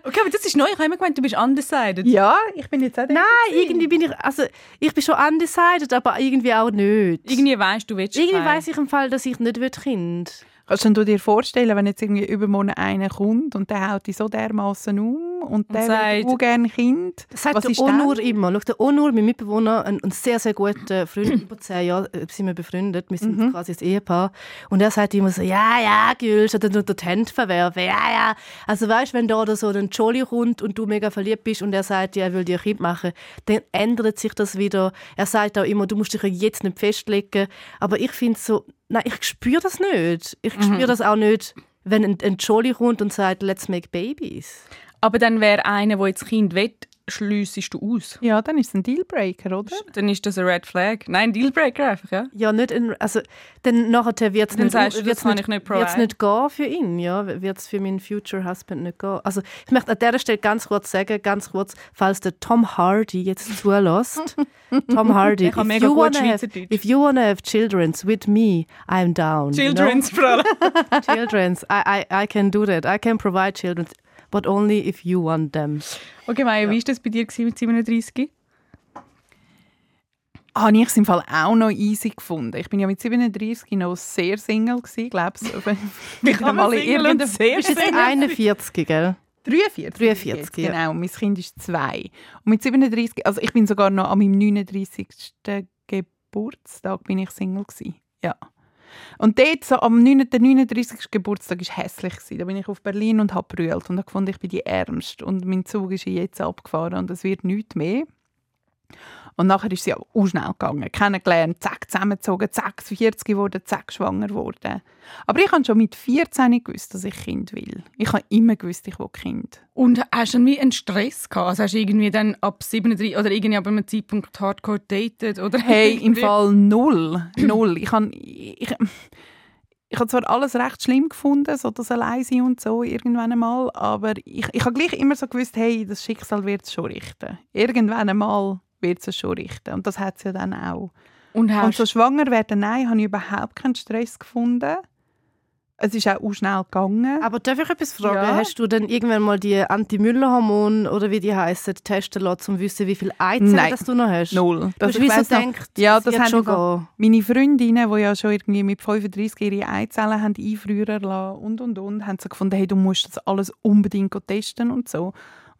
Speaker 2: Okay, aber das ist neu. Ich habe immer gemeint, du bist undecided.
Speaker 1: Ja, ich bin jetzt auch der.
Speaker 3: Nein, irgendwie bin ich, also ich bin schon undecided, aber irgendwie auch nicht.
Speaker 2: Irgendwie weißt du, du willst
Speaker 3: irgendwie
Speaker 2: keinen.
Speaker 3: weiss ich im Fall, dass ich nicht will Kind.
Speaker 1: Kannst denn du dir vorstellen, wenn jetzt irgendwie übermorgen einer kommt und der haut dich so dermaßen um und der
Speaker 2: sagt-
Speaker 1: will auch gerne Kind?
Speaker 3: Das sagt
Speaker 1: Was
Speaker 3: der
Speaker 1: ist dann?
Speaker 3: Onur immer. Schau, der Onur, mein Mitbewohner, ein, ein sehr, sehr guter Freund, über zehn Jahre äh, sind wir befreundet, wir sind
Speaker 1: Mhm.
Speaker 3: quasi ein Ehepaar. Und er sagt immer so, ja, ja, Gülsch, oder nur die Hände verwerfen, ja, ja. Also weißt, wenn da oder so ein Jolly kommt und du mega verliebt bist und er sagt, ja, er will dir ein Kind machen, dann ändert sich das wieder. Er sagt auch immer, du musst dich ja jetzt nicht festlegen. Aber ich finde so, nein, ich spüre das nicht. Ich
Speaker 1: Mhm.
Speaker 3: spüre das auch nicht, wenn ein, ein Jolly kommt und sagt, let's make babies.
Speaker 2: Aber dann wäre einer, der jetzt Kind will, schliessest du aus.
Speaker 1: Ja, dann ist es ein Dealbreaker, oder?
Speaker 2: Dann ist das ein Red Flag. Nein, Dealbreaker einfach, ja.
Speaker 3: Ja, nicht in, also dann nachher wird es
Speaker 2: Dann
Speaker 3: nicht,
Speaker 2: sagst du, das
Speaker 3: wird's
Speaker 2: kann
Speaker 3: nicht,
Speaker 2: ich nicht
Speaker 3: wird's
Speaker 2: provide.
Speaker 3: nicht gehen für ihn, ja, wird es für meinen Future Husband nicht gehen. Also ich möchte an dieser Stelle ganz kurz sagen, ganz kurz, falls der Tom Hardy jetzt zulässt, Tom Hardy,
Speaker 2: kann mega gut
Speaker 3: wanna have,
Speaker 2: Schweizerdeutsch.
Speaker 3: if you wanna have childrens with me, I'm down.
Speaker 2: Children's Problem.
Speaker 3: You know? Childrens, I, I, I can do that, I can provide children, but only if you want them.
Speaker 2: Okay, Maya, wie war das bei dir gewesen mit 37?
Speaker 1: habe ich es im Fall auch noch easy gefunden. Ich bin ja mit 37 noch sehr Single gewesen, glaubst du? Ich
Speaker 2: kann man Single und sehr
Speaker 1: Bist du
Speaker 2: Single
Speaker 3: 41, gell?
Speaker 1: 43.
Speaker 3: 43, ja.
Speaker 1: Genau, mein Kind ist zwei. Und mit 37, also ich bin sogar noch an meinem 39. Geburtstag bin ich Single gewesen. Ja. Und dort, so am 9. der 39. Geburtstag, war hässlich. gewesen. Da bin ich auf Berlin und habe brüllt und habe gefunden, ich bin die Ärmste. Und mein Zug ist jetzt abgefahren und es wird nichts mehr. Und nachher ist sie auch schnell gegangen. Kennengelernt, zack, zusammengezogen, zack, 40 geworden, zack, schwanger geworden. Aber ich habe schon mit 14 gewusst, dass ich Kind will. Ich habe immer gewusst, ich will Kind.
Speaker 2: Und hast du irgendwie einen Stress gehabt? Also hast du irgendwie dann ab 37 oder irgendwie ab einem Zeitpunkt hardcore datet oder
Speaker 1: Hey, im
Speaker 2: irgendwie-
Speaker 1: Fall null. null. Ich habe ich, ich hab zwar alles recht schlimm gefunden, so das Alleinsein und so irgendwann einmal, aber ich, ich habe gleich immer so gewusst, hey, das Schicksal wird es schon richten. Irgendwann einmal wird es schon richten. Und das hat es ja dann auch.
Speaker 2: Und hast
Speaker 1: Und so schwanger werden, nein, habe ich überhaupt keinen Stress gefunden. Es ist auch auch schnell gegangen.
Speaker 3: Aber darf ich etwas fragen?
Speaker 1: Ja.
Speaker 3: Hast du denn irgendwann mal die Anti-Müller-Hormone oder wie die heißen testen lassen, um zu wissen, wie viel Eizellen
Speaker 1: Nein.
Speaker 3: das du noch hast?
Speaker 1: Null.
Speaker 3: Du
Speaker 1: Das-
Speaker 3: hast
Speaker 1: ich
Speaker 3: wie so
Speaker 1: weiss noch-
Speaker 3: gedacht,
Speaker 1: ja,
Speaker 3: das
Speaker 1: das
Speaker 3: wird
Speaker 1: haben
Speaker 3: schon
Speaker 1: wir-
Speaker 3: gehen.
Speaker 1: Meine Freundinnen, die ja schon irgendwie mit 35 ihre Eizellen haben einfrieren lassen und und und, haben so gefunden, hey, du musst das alles unbedingt testen und so.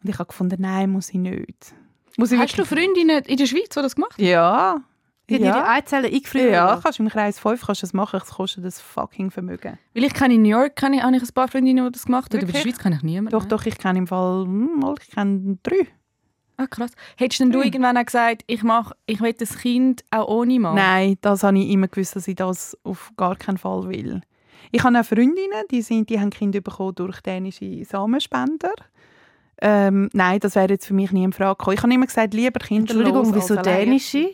Speaker 1: Und ich habe gefunden, nein, muss ich nicht. Muss ich
Speaker 2: Hast du Freundinnen in der Schweiz, die das gemacht haben?
Speaker 1: Ja.
Speaker 3: Die haben ihre
Speaker 1: Ja.
Speaker 3: Eizellen eingefroren.
Speaker 1: ja, kannst du im Kreis 5 kannst du das machen, es kostet das fucking Vermögen.
Speaker 2: Weil ich kenne in New York kenne ich, habe ich ein paar Freundinnen, die das gemacht haben. Aber in der
Speaker 1: Wirklich?
Speaker 2: Schweiz kenne ich niemanden.
Speaker 1: Doch, doch, ich kenne im Fall, hm, mal, ich kenne drei.
Speaker 2: Ah, krass. Hättest denn du irgendwann auch gesagt, ich, mach, ich will das Kind auch ohne Mann?
Speaker 1: Nein, das habe ich immer gewusst, dass ich das auf gar keinen Fall will. Ich habe auch Freundinnen, die, sind, die haben Kinder bekommen durch dänische Samenspender. Ähm, nein, das wäre jetzt für mich nie in Frage gekommen. Ich habe immer gesagt, lieber Kinder
Speaker 3: Entschuldigung,
Speaker 1: Also
Speaker 3: wieso dänische?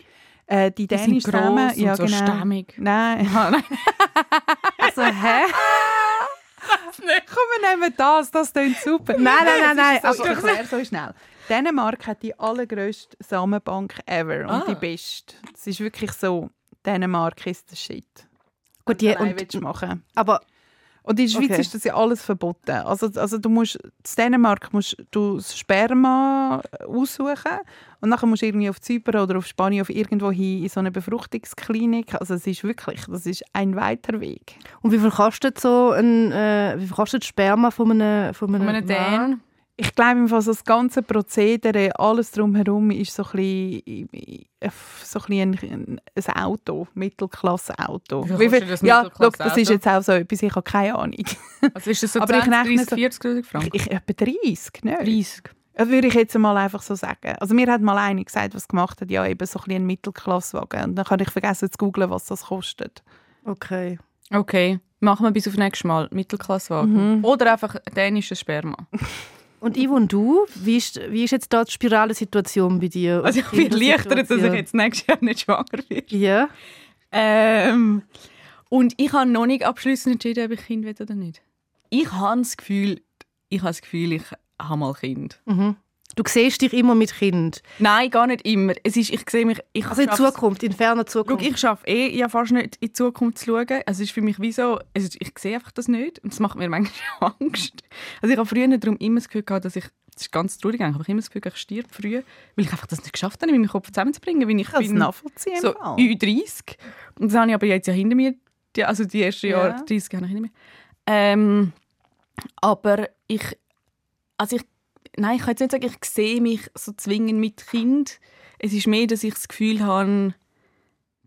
Speaker 1: Äh, die
Speaker 2: Die sind
Speaker 1: dänischen
Speaker 2: gross
Speaker 1: Samen, genau.
Speaker 2: und so stämmig.
Speaker 1: Nein.
Speaker 3: Oh,
Speaker 2: Ah, nein.
Speaker 3: Also, hä?
Speaker 1: Komm, wir nehmen das, das klingt super.
Speaker 3: Nein, nein, nein, nein.
Speaker 1: Das ist so,
Speaker 3: aber-
Speaker 1: ich erkläre so schnell. Dänemark hat die allergrößte Samenbank ever und
Speaker 2: Ah.
Speaker 1: die beste. Es ist wirklich so, Dänemark ist der Shit.
Speaker 3: Gut, die,
Speaker 1: Allein willst du
Speaker 3: und,
Speaker 1: machen.
Speaker 3: aber
Speaker 1: Und in der Schweiz
Speaker 3: Okay.
Speaker 1: ist das ja alles verboten. Also, also du musst, in Dänemark musst du das Sperma aussuchen und nachher musst du irgendwie auf Zypern oder auf Spanien auf irgendwo hin in so eine Befruchtungsklinik. Also es ist wirklich, das ist ein weiter Weg.
Speaker 3: und wie viel kostet so ein äh, wie viel kostet Sperma von einem von einem,
Speaker 2: Und einen
Speaker 3: Mann?
Speaker 2: Dän.
Speaker 1: Ich glaube, im Fall so das ganze Prozedere, alles drumherum, ist so ein bisschen, äh, so ein, bisschen ein, ein Auto, Mittelklasse-Auto.
Speaker 2: Wie viel
Speaker 1: Wie viel-
Speaker 2: kostet das
Speaker 1: Ja, schau,
Speaker 2: Mittelklasse-Auto?
Speaker 1: das ist jetzt auch so etwas, ich habe keine Ahnung.
Speaker 2: Also ist das so
Speaker 1: Aber ich
Speaker 2: 20,
Speaker 1: rechne
Speaker 2: 30,
Speaker 1: so-
Speaker 2: 40'000 Franken?
Speaker 1: Ich, etwa 30, nicht?
Speaker 2: 30.
Speaker 1: Das würde ich jetzt mal einfach so sagen. Also mir hat mal eine gesagt, was gemacht hat, ja eben so ein bisschen ein Mittelklassewagen. Und dann kann ich vergessen zu googlen, was das kostet.
Speaker 3: Okay.
Speaker 2: Okay, machen wir bis auf nächstes Mal. Mittelklassewagen. Oder einfach dänisches Sperma.
Speaker 3: Und Yvonne, du, wie ist, wie ist jetzt da die spirale Situation bei dir?
Speaker 2: Also ich bin erleichtert, dass ich
Speaker 3: Kindersituation?
Speaker 2: jetzt nächstes Jahr nicht schwanger werde.
Speaker 3: Ja.
Speaker 2: Ähm, und ich habe noch nicht abschließend entschieden, ob ich Kind will oder nicht. Ich habe das Gefühl, ich habe das Gefühl, ich habe mal Kind.
Speaker 3: Mhm. Du siehst dich immer mit Kind.
Speaker 2: Nein, gar nicht immer. Es ist, ich sehe mich, ich
Speaker 3: Also in
Speaker 2: schaff's-
Speaker 3: Zukunft, in ferner
Speaker 2: Schau,
Speaker 3: Zukunft.
Speaker 2: ich schaffe eh ja fast nicht in die Zukunft zu schauen. Also es ist für mich wie so, es ist, ich sehe einfach das nicht und das macht mir manchmal Angst. Also ich habe früher darum immer das Gefühl gehabt, dass ich, das ist ganz traurig eigentlich, aber ich habe immer das Gefühl, gehabt, ich stirb früh, weil ich einfach das nicht geschafft habe, in meinem Kopf zusammenzubringen, weil ich
Speaker 1: Ich kann es
Speaker 2: bin
Speaker 1: nachvollziehen.
Speaker 2: so
Speaker 1: mal.
Speaker 2: Ü30 und das habe ich aber jetzt ja hinter mir, die, also die ersten
Speaker 1: Ja.
Speaker 2: Jahre 30 habe ich hinter mir. Ähm, aber ich, also ich, nein, ich kann jetzt nicht sagen, ich sehe mich so zwingend mit Kind. Es ist mehr, dass ich das Gefühl habe,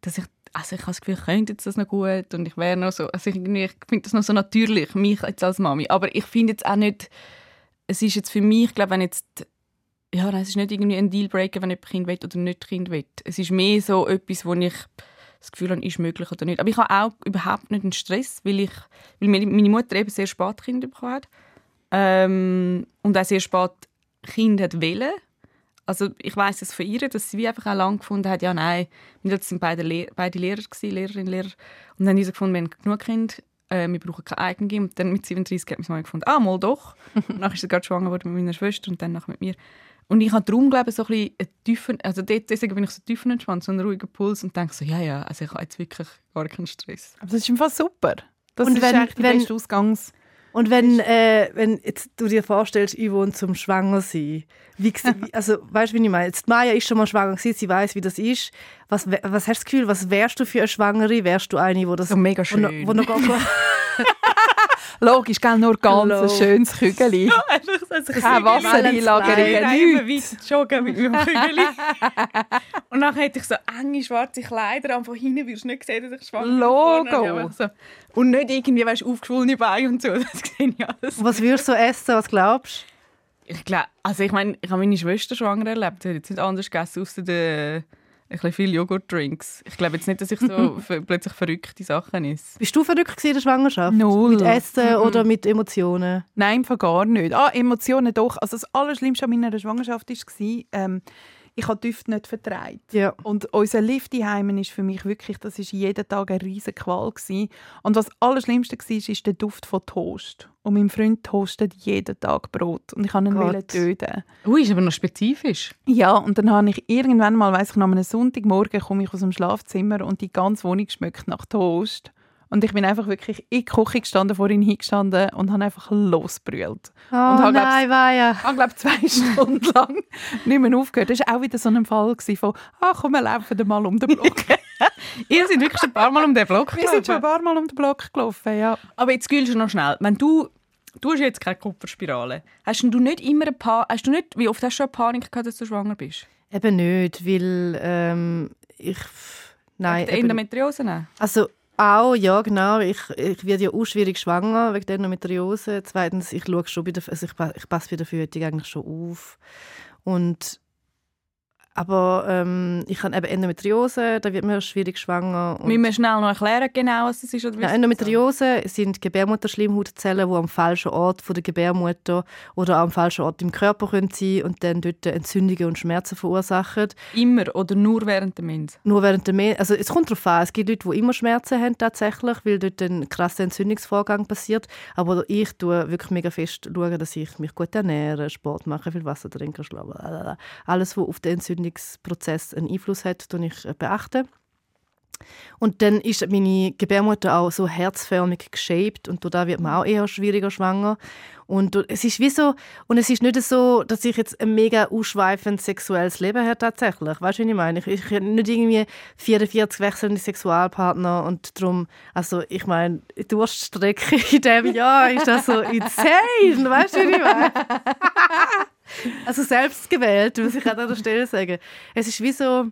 Speaker 2: dass ich, also ich habe das Gefühl, ich könnte jetzt das noch gut und ich wäre noch so, also ich, irgendwie- ich finde das noch so natürlich, mich jetzt als Mami. Aber ich finde jetzt auch nicht, es ist jetzt für mich, ich glaube, wenn jetzt, ja, nein, es ist nicht irgendwie ein Dealbreaker, wenn jemand Kind will oder nicht Kind will. Es ist mehr so etwas, wo ich das Gefühl habe, ist möglich oder nicht. Aber ich habe auch überhaupt nicht einen Stress, weil, ich, weil meine meine Mutter eben sehr spät Kinder bekommen hat ähm, und auch sehr spät Kinder hat wollen. Also ich weiß es von ihr, dass sie wie einfach auch lange gefunden hat, ja nein, wir sind beide, Le beide Lehrer, gewesen, Lehrerin, Lehrer. Und dann haben sie gefunden, wir haben genug Kinder, äh, wir brauchen keine eigenen Kinder. Und dann mit 37 hat man gefunden, ah, mal doch. und nachher ist sie gerade schwanger geworden mit meiner Schwester und dann nachher mit mir. Und ich habe darum, glaube ich, so ein bisschen einen tiefen, also dort, deswegen bin ich so tiefen entspannt, so einen ruhigen Puls und denke so, ja, ja, also ich habe jetzt wirklich gar keinen Stress.
Speaker 1: Aber das ist im Fall super. Das
Speaker 3: Und
Speaker 1: ist
Speaker 3: wenn-
Speaker 1: eigentlich die
Speaker 3: wenn-
Speaker 1: beste Ausgangs...
Speaker 3: Und wenn, äh, wenn jetzt du dir vorstellst, Yvonne zum Schwanger sein, wie, gse- wie- also weißt du, wie ich meine? Jetzt, die Maya ist schon mal schwanger gewesen, sie weiß, wie das ist. Was, wä- was hast du das Gefühl, was wärst du für eine Schwangere? Wärst du eine, wo das
Speaker 2: mega
Speaker 3: wo noch, wo noch gar,
Speaker 1: Logisch, gell, nur ganz ein schönes Kügeli.
Speaker 2: Einfach so ein
Speaker 1: Keine Wassereinlagerungen,
Speaker 2: Nein,
Speaker 1: nichts.
Speaker 2: weit joggen mit meinem Kügeli. und dann hätte ich so enge schwarze Kleider an, von hinten wirst du nicht sehen, dass ich schwanger bin.
Speaker 1: Logo.
Speaker 2: Vorne habe ich einfach So. Also, Und nicht irgendwie, weißt du, aufgeschwollene Beine und so, das sehe ich alles.
Speaker 3: Was würdest du so essen, was glaubst
Speaker 2: Ich glaube, also ich meine, ich habe meine Schwester schwanger erlebt, die hat jetzt nicht anders gegessen, außer den... Ein bisschen viel Joghurt-Drinks. Ich glaube jetzt nicht, dass ich so ver- plötzlich verrückte Sachen esse.
Speaker 3: du? Bist du verrückt gewesen in der Schwangerschaft?
Speaker 1: Null.
Speaker 3: Mit Essen
Speaker 2: Mhm.
Speaker 3: oder mit Emotionen?
Speaker 1: Nein, von gar nicht. Ah, Emotionen doch. Also das Allerschlimmste an meiner Schwangerschaft war, ähm, ich habe Düfte nicht vertreibt.
Speaker 3: Ja.
Speaker 1: Und unser Lift daheim ist für mich wirklich, das ist jeden Tag eine riesige Qual gewesen. Und was das Allerschlimmste war, ist der Duft von Toast. Und mein Freund toastet jeden Tag Brot. Und ich habe ihn
Speaker 3: Gott.
Speaker 1: wollen töten.
Speaker 2: Ui, ist aber noch spezifisch.
Speaker 1: Ja, und dann habe ich irgendwann mal, weiss ich, an einem Sonntagmorgen komme ich aus dem Schlafzimmer und die ganze Wohnung schmeckt nach Toast. Und ich bin einfach wirklich in die Küche gestanden, vor ihn hingestanden und habe einfach losbrüllt. und
Speaker 3: Oh
Speaker 2: halt
Speaker 1: habe, Ah, glaub,
Speaker 3: nein, weia.
Speaker 1: ich glaube, zwei Stunden lang nicht mehr aufgehört. Das war auch wieder so ein Fall gewesen von, ah, komm, wir laufen mal um den Block.
Speaker 2: Ihr seid wirklich schon ein paar Mal um den Block
Speaker 1: Wir sind schon ein paar Mal um den Block gelaufen, ja.
Speaker 2: Aber jetzt gülst du noch schnell. Wenn du, du hast jetzt keine Kupferspirale. Hast denn du nicht immer eine pa hast du nicht, wie oft hast du schon Panik gehabt, dass du schwanger bist?
Speaker 3: Eben nicht, weil ähm, ich... Nein,
Speaker 2: Wegen der
Speaker 3: eben-
Speaker 2: Endometriose nehmen?
Speaker 3: Also auch, ja, genau. Ich, ich werde ja auch schwierig schwanger wegen der Endometriose. Zweitens, ich schaue schon bei der, also ich, pa- ich passe bei der Verhütung eigentlich schon auf. Und aber ähm, ich habe eben Endometriose, da wird man schwierig schwanger. Und
Speaker 2: Müssen wir schnell noch erklären, genau was das ist? Oder
Speaker 3: ja,
Speaker 2: wissen
Speaker 3: Endometriose sind Gebärmutterschleimhautzellen, die am falschen Ort von der Gebärmutter oder am falschen Ort im Körper können sein und dann dort Entzündungen und Schmerzen verursachen.
Speaker 2: das? Immer oder nur während der Mens?
Speaker 3: Nur während der Mäh also es kommt darauf an, es gibt Leute, die immer Schmerzen haben tatsächlich, weil dort ein krasser Entzündungsvorgang passiert. Aber ich tue wirklich mega fest schauen, dass ich mich gut ernähre, Sport mache, viel Wasser trinke, schlafe. blablabla. Alles, was auf den Entzündungsprozess einen Einfluss hat, tue ich äh, beachten. Und dann ist meine Gebärmutter auch so herzförmig geshaped und da wird man auch eher schwieriger schwanger. Und durch- es ist wie so, und es ist nicht so, dass ich jetzt ein mega ausschweifend sexuelles Leben habe tatsächlich. Weißt du, was ich meine? Ich, ich habe nicht irgendwie 44 wechselnde Sexualpartner und darum, also ich meine, die Durststrecke in diesem Jahr ist das so insane, weißt du, was ich meine? Also selbst gewählt, muss ich an dieser Stelle sagen. Es ist wie so,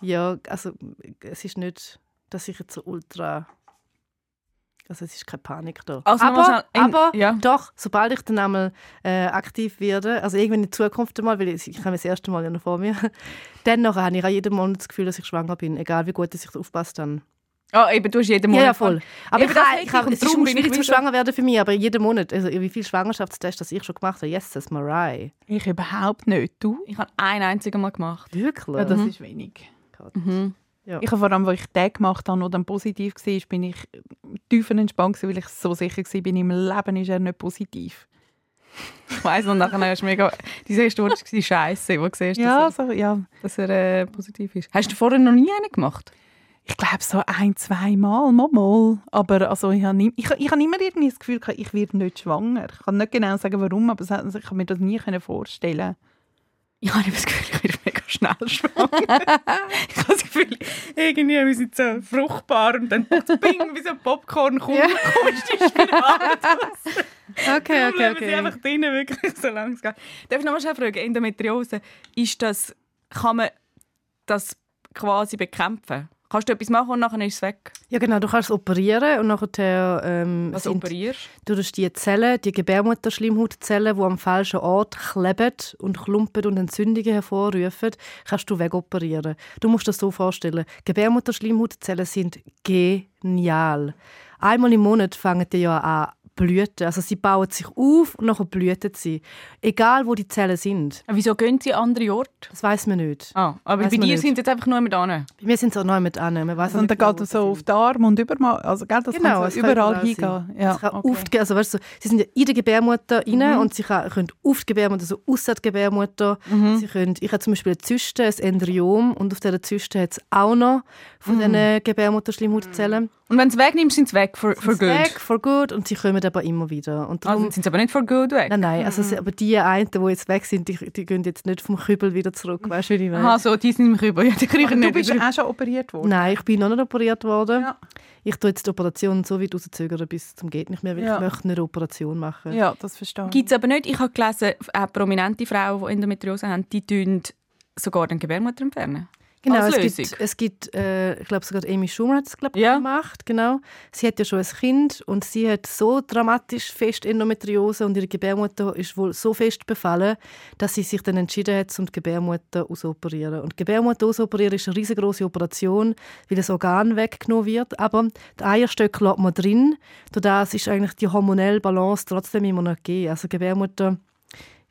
Speaker 3: ja, also es ist nicht, dass ich jetzt so ultra. Also es ist keine Panik da.
Speaker 2: Also
Speaker 3: aber
Speaker 2: nochmal schnell- in-
Speaker 3: aber
Speaker 2: ja.
Speaker 3: doch, sobald ich dann einmal äh, aktiv werde, also irgendwann in Zukunft einmal, weil ich, ich habe das erste Mal ja noch vor mir, dann noch habe ich auch jeden Monat das Gefühl, dass ich schwanger bin, egal wie gut dass ich aufpasse dann.
Speaker 2: Ah, eben, du hast jeden
Speaker 3: Ja,
Speaker 2: Monat...
Speaker 3: ja, voll. Aber
Speaker 2: Eben
Speaker 3: ich,
Speaker 2: das
Speaker 3: kann-
Speaker 2: hätte
Speaker 3: ich,
Speaker 2: ich
Speaker 3: kann-
Speaker 2: und
Speaker 3: es ist
Speaker 2: darum
Speaker 3: schon
Speaker 2: bin ich
Speaker 3: schwierig zum
Speaker 2: wieder-
Speaker 3: schwanger werden für mich, aber jeden Monat, also wie viele Schwangerschaftstests das ich schon gemacht habe, yes, that's my right.
Speaker 1: Ich überhaupt nicht. Du?
Speaker 2: Ich habe ein einziges Mal gemacht.
Speaker 3: Wirklich? Mhm.
Speaker 1: Ja, das ist wenig.
Speaker 3: Ja.
Speaker 1: Mhm. Ich habe vor allem, als ich den gemacht habe, der dann positiv war, bin ich tiefen entspannt, gewesen, weil ich so sicher war, bin, im Leben ist er nicht positiv.
Speaker 2: Ich weiss noch, nachher hast du mega... Dein erster Wort war «Scheisse», wo du siehst,
Speaker 1: Ja,
Speaker 2: dass
Speaker 1: so, ja.
Speaker 2: er, dass er äh, positiv ist. Hast du vorher noch nie einen gemacht?
Speaker 1: Ich glaube, so ein, zwei Mal, mal, mal. Aber also, ich habe nie, ich, ich habe immer irgendwie das Gefühl, gehabt, ich werde nicht schwanger. Ich kann nicht genau sagen, warum, aber es hat- ich habe mir das nie können vorstellen.
Speaker 2: Ich habe das Gefühl, ich werde mega schnell schwanger. ich habe das Gefühl, irgendwie wir sind so fruchtbar und dann bing, wie so ein Popcorn kommt,
Speaker 3: Ja.
Speaker 2: kommst du Spirale.
Speaker 3: Okay, okay,
Speaker 2: Bleiben sie
Speaker 3: okay.
Speaker 2: einfach drinnen, wirklich, solange es geht. Darf ich noch mal schnell fragen, Endometriose, ist das, kann man das quasi bekämpfen? Kannst du etwas machen und nachher ist es weg?
Speaker 3: Ja genau, du kannst es operieren und nachher ähm,
Speaker 2: Was
Speaker 3: sind-
Speaker 2: operierst
Speaker 3: Du tust die Zellen, die Gebärmutterschleimhautzellen, die am falschen Ort kleben und klumpen und Entzündungen hervorrufen, kannst du wegoperieren. Du musst dir das so vorstellen. Gebärmutterschleimhautzellen sind genial. Einmal im Monat fangen die ja an blüten. Also sie bauen sich auf und nachher blühten sie. Egal, wo die Zellen sind.
Speaker 2: Wieso gehen sie an andere Orte?
Speaker 3: Das weiß man nicht.
Speaker 2: Ah, aber
Speaker 3: Weiss
Speaker 2: bei
Speaker 3: man
Speaker 2: dir
Speaker 3: nicht.
Speaker 2: sind sie jetzt einfach nur mit an.
Speaker 3: Bei mir sind sie auch neu mit an. Man weiss auch
Speaker 1: Also, und
Speaker 3: nicht
Speaker 1: dann
Speaker 3: genau,
Speaker 1: geht
Speaker 3: wo
Speaker 1: es
Speaker 3: sie
Speaker 1: so
Speaker 3: sind.
Speaker 1: auf die Arme und überall. Also, gell, das
Speaker 3: Genau,
Speaker 1: kann
Speaker 3: es
Speaker 1: so
Speaker 3: kann
Speaker 1: überall
Speaker 3: überall
Speaker 1: hingehen.
Speaker 3: Es kann auf die, also weißt du, sie sind ja in der Gebärmutter rein und sie kann, können auf die Gebärmutter, so aus der Gebärmutter. Sie können, ich habe zum Beispiel eine Zyste, ein Embryom und auf dieser Zyste hat es auch noch von diesen Gebärmutterschleimhautzellen.
Speaker 2: Und wenn du es wegnimmst, sind sie weg for, for good.
Speaker 3: Weg, for good. Und sie kommen aber immer wieder. Und darum,
Speaker 2: Also sind sie aber nicht for good weg.
Speaker 3: nein, nein, also, sie- aber die einen, die jetzt weg sind, die, die gehen jetzt nicht vom Kübel wieder zurück. Weißt du, wie ich meine?
Speaker 2: Aha, so, die sind im Kübel. Ja, die kriegen
Speaker 1: Du
Speaker 2: nicht
Speaker 1: bist
Speaker 2: wieder-
Speaker 1: auch schon operiert worden.
Speaker 3: Nein, ich bin noch nicht operiert worden.
Speaker 1: Ja.
Speaker 3: Ich tue jetzt die Operation so weit rauszögern, bis zum geht nicht mehr, weil
Speaker 1: Ja.
Speaker 3: ich möchte nicht eine Operation machen.
Speaker 1: Ja, das verstehe ich.
Speaker 2: Gibt es aber nicht. Ich habe gelesen, auch prominente Frauen, die Endometriose haben, die tun sogar den Gebärmutter entfernen.
Speaker 3: Genau,
Speaker 2: Als
Speaker 3: es
Speaker 2: Lösung.
Speaker 3: gibt, es gibt äh, ich glaube sogar Amy Schumer hat es glaub,
Speaker 2: Ja.
Speaker 3: gemacht, genau. Sie hat ja schon ein Kind und sie hat so dramatisch fest Endometriose und ihre Gebärmutter ist wohl so fest befallen, dass sie sich dann entschieden hat, um die Gebärmutter ausoperieren. Und die Gebärmutter ausoperieren ist eine riesengroße Operation, weil das Organ weggenommen wird, aber die Eierstöcke lässt man drin. Dadurch ist eigentlich die hormonelle Balance trotzdem immer noch gegeben. Also Gebärmutter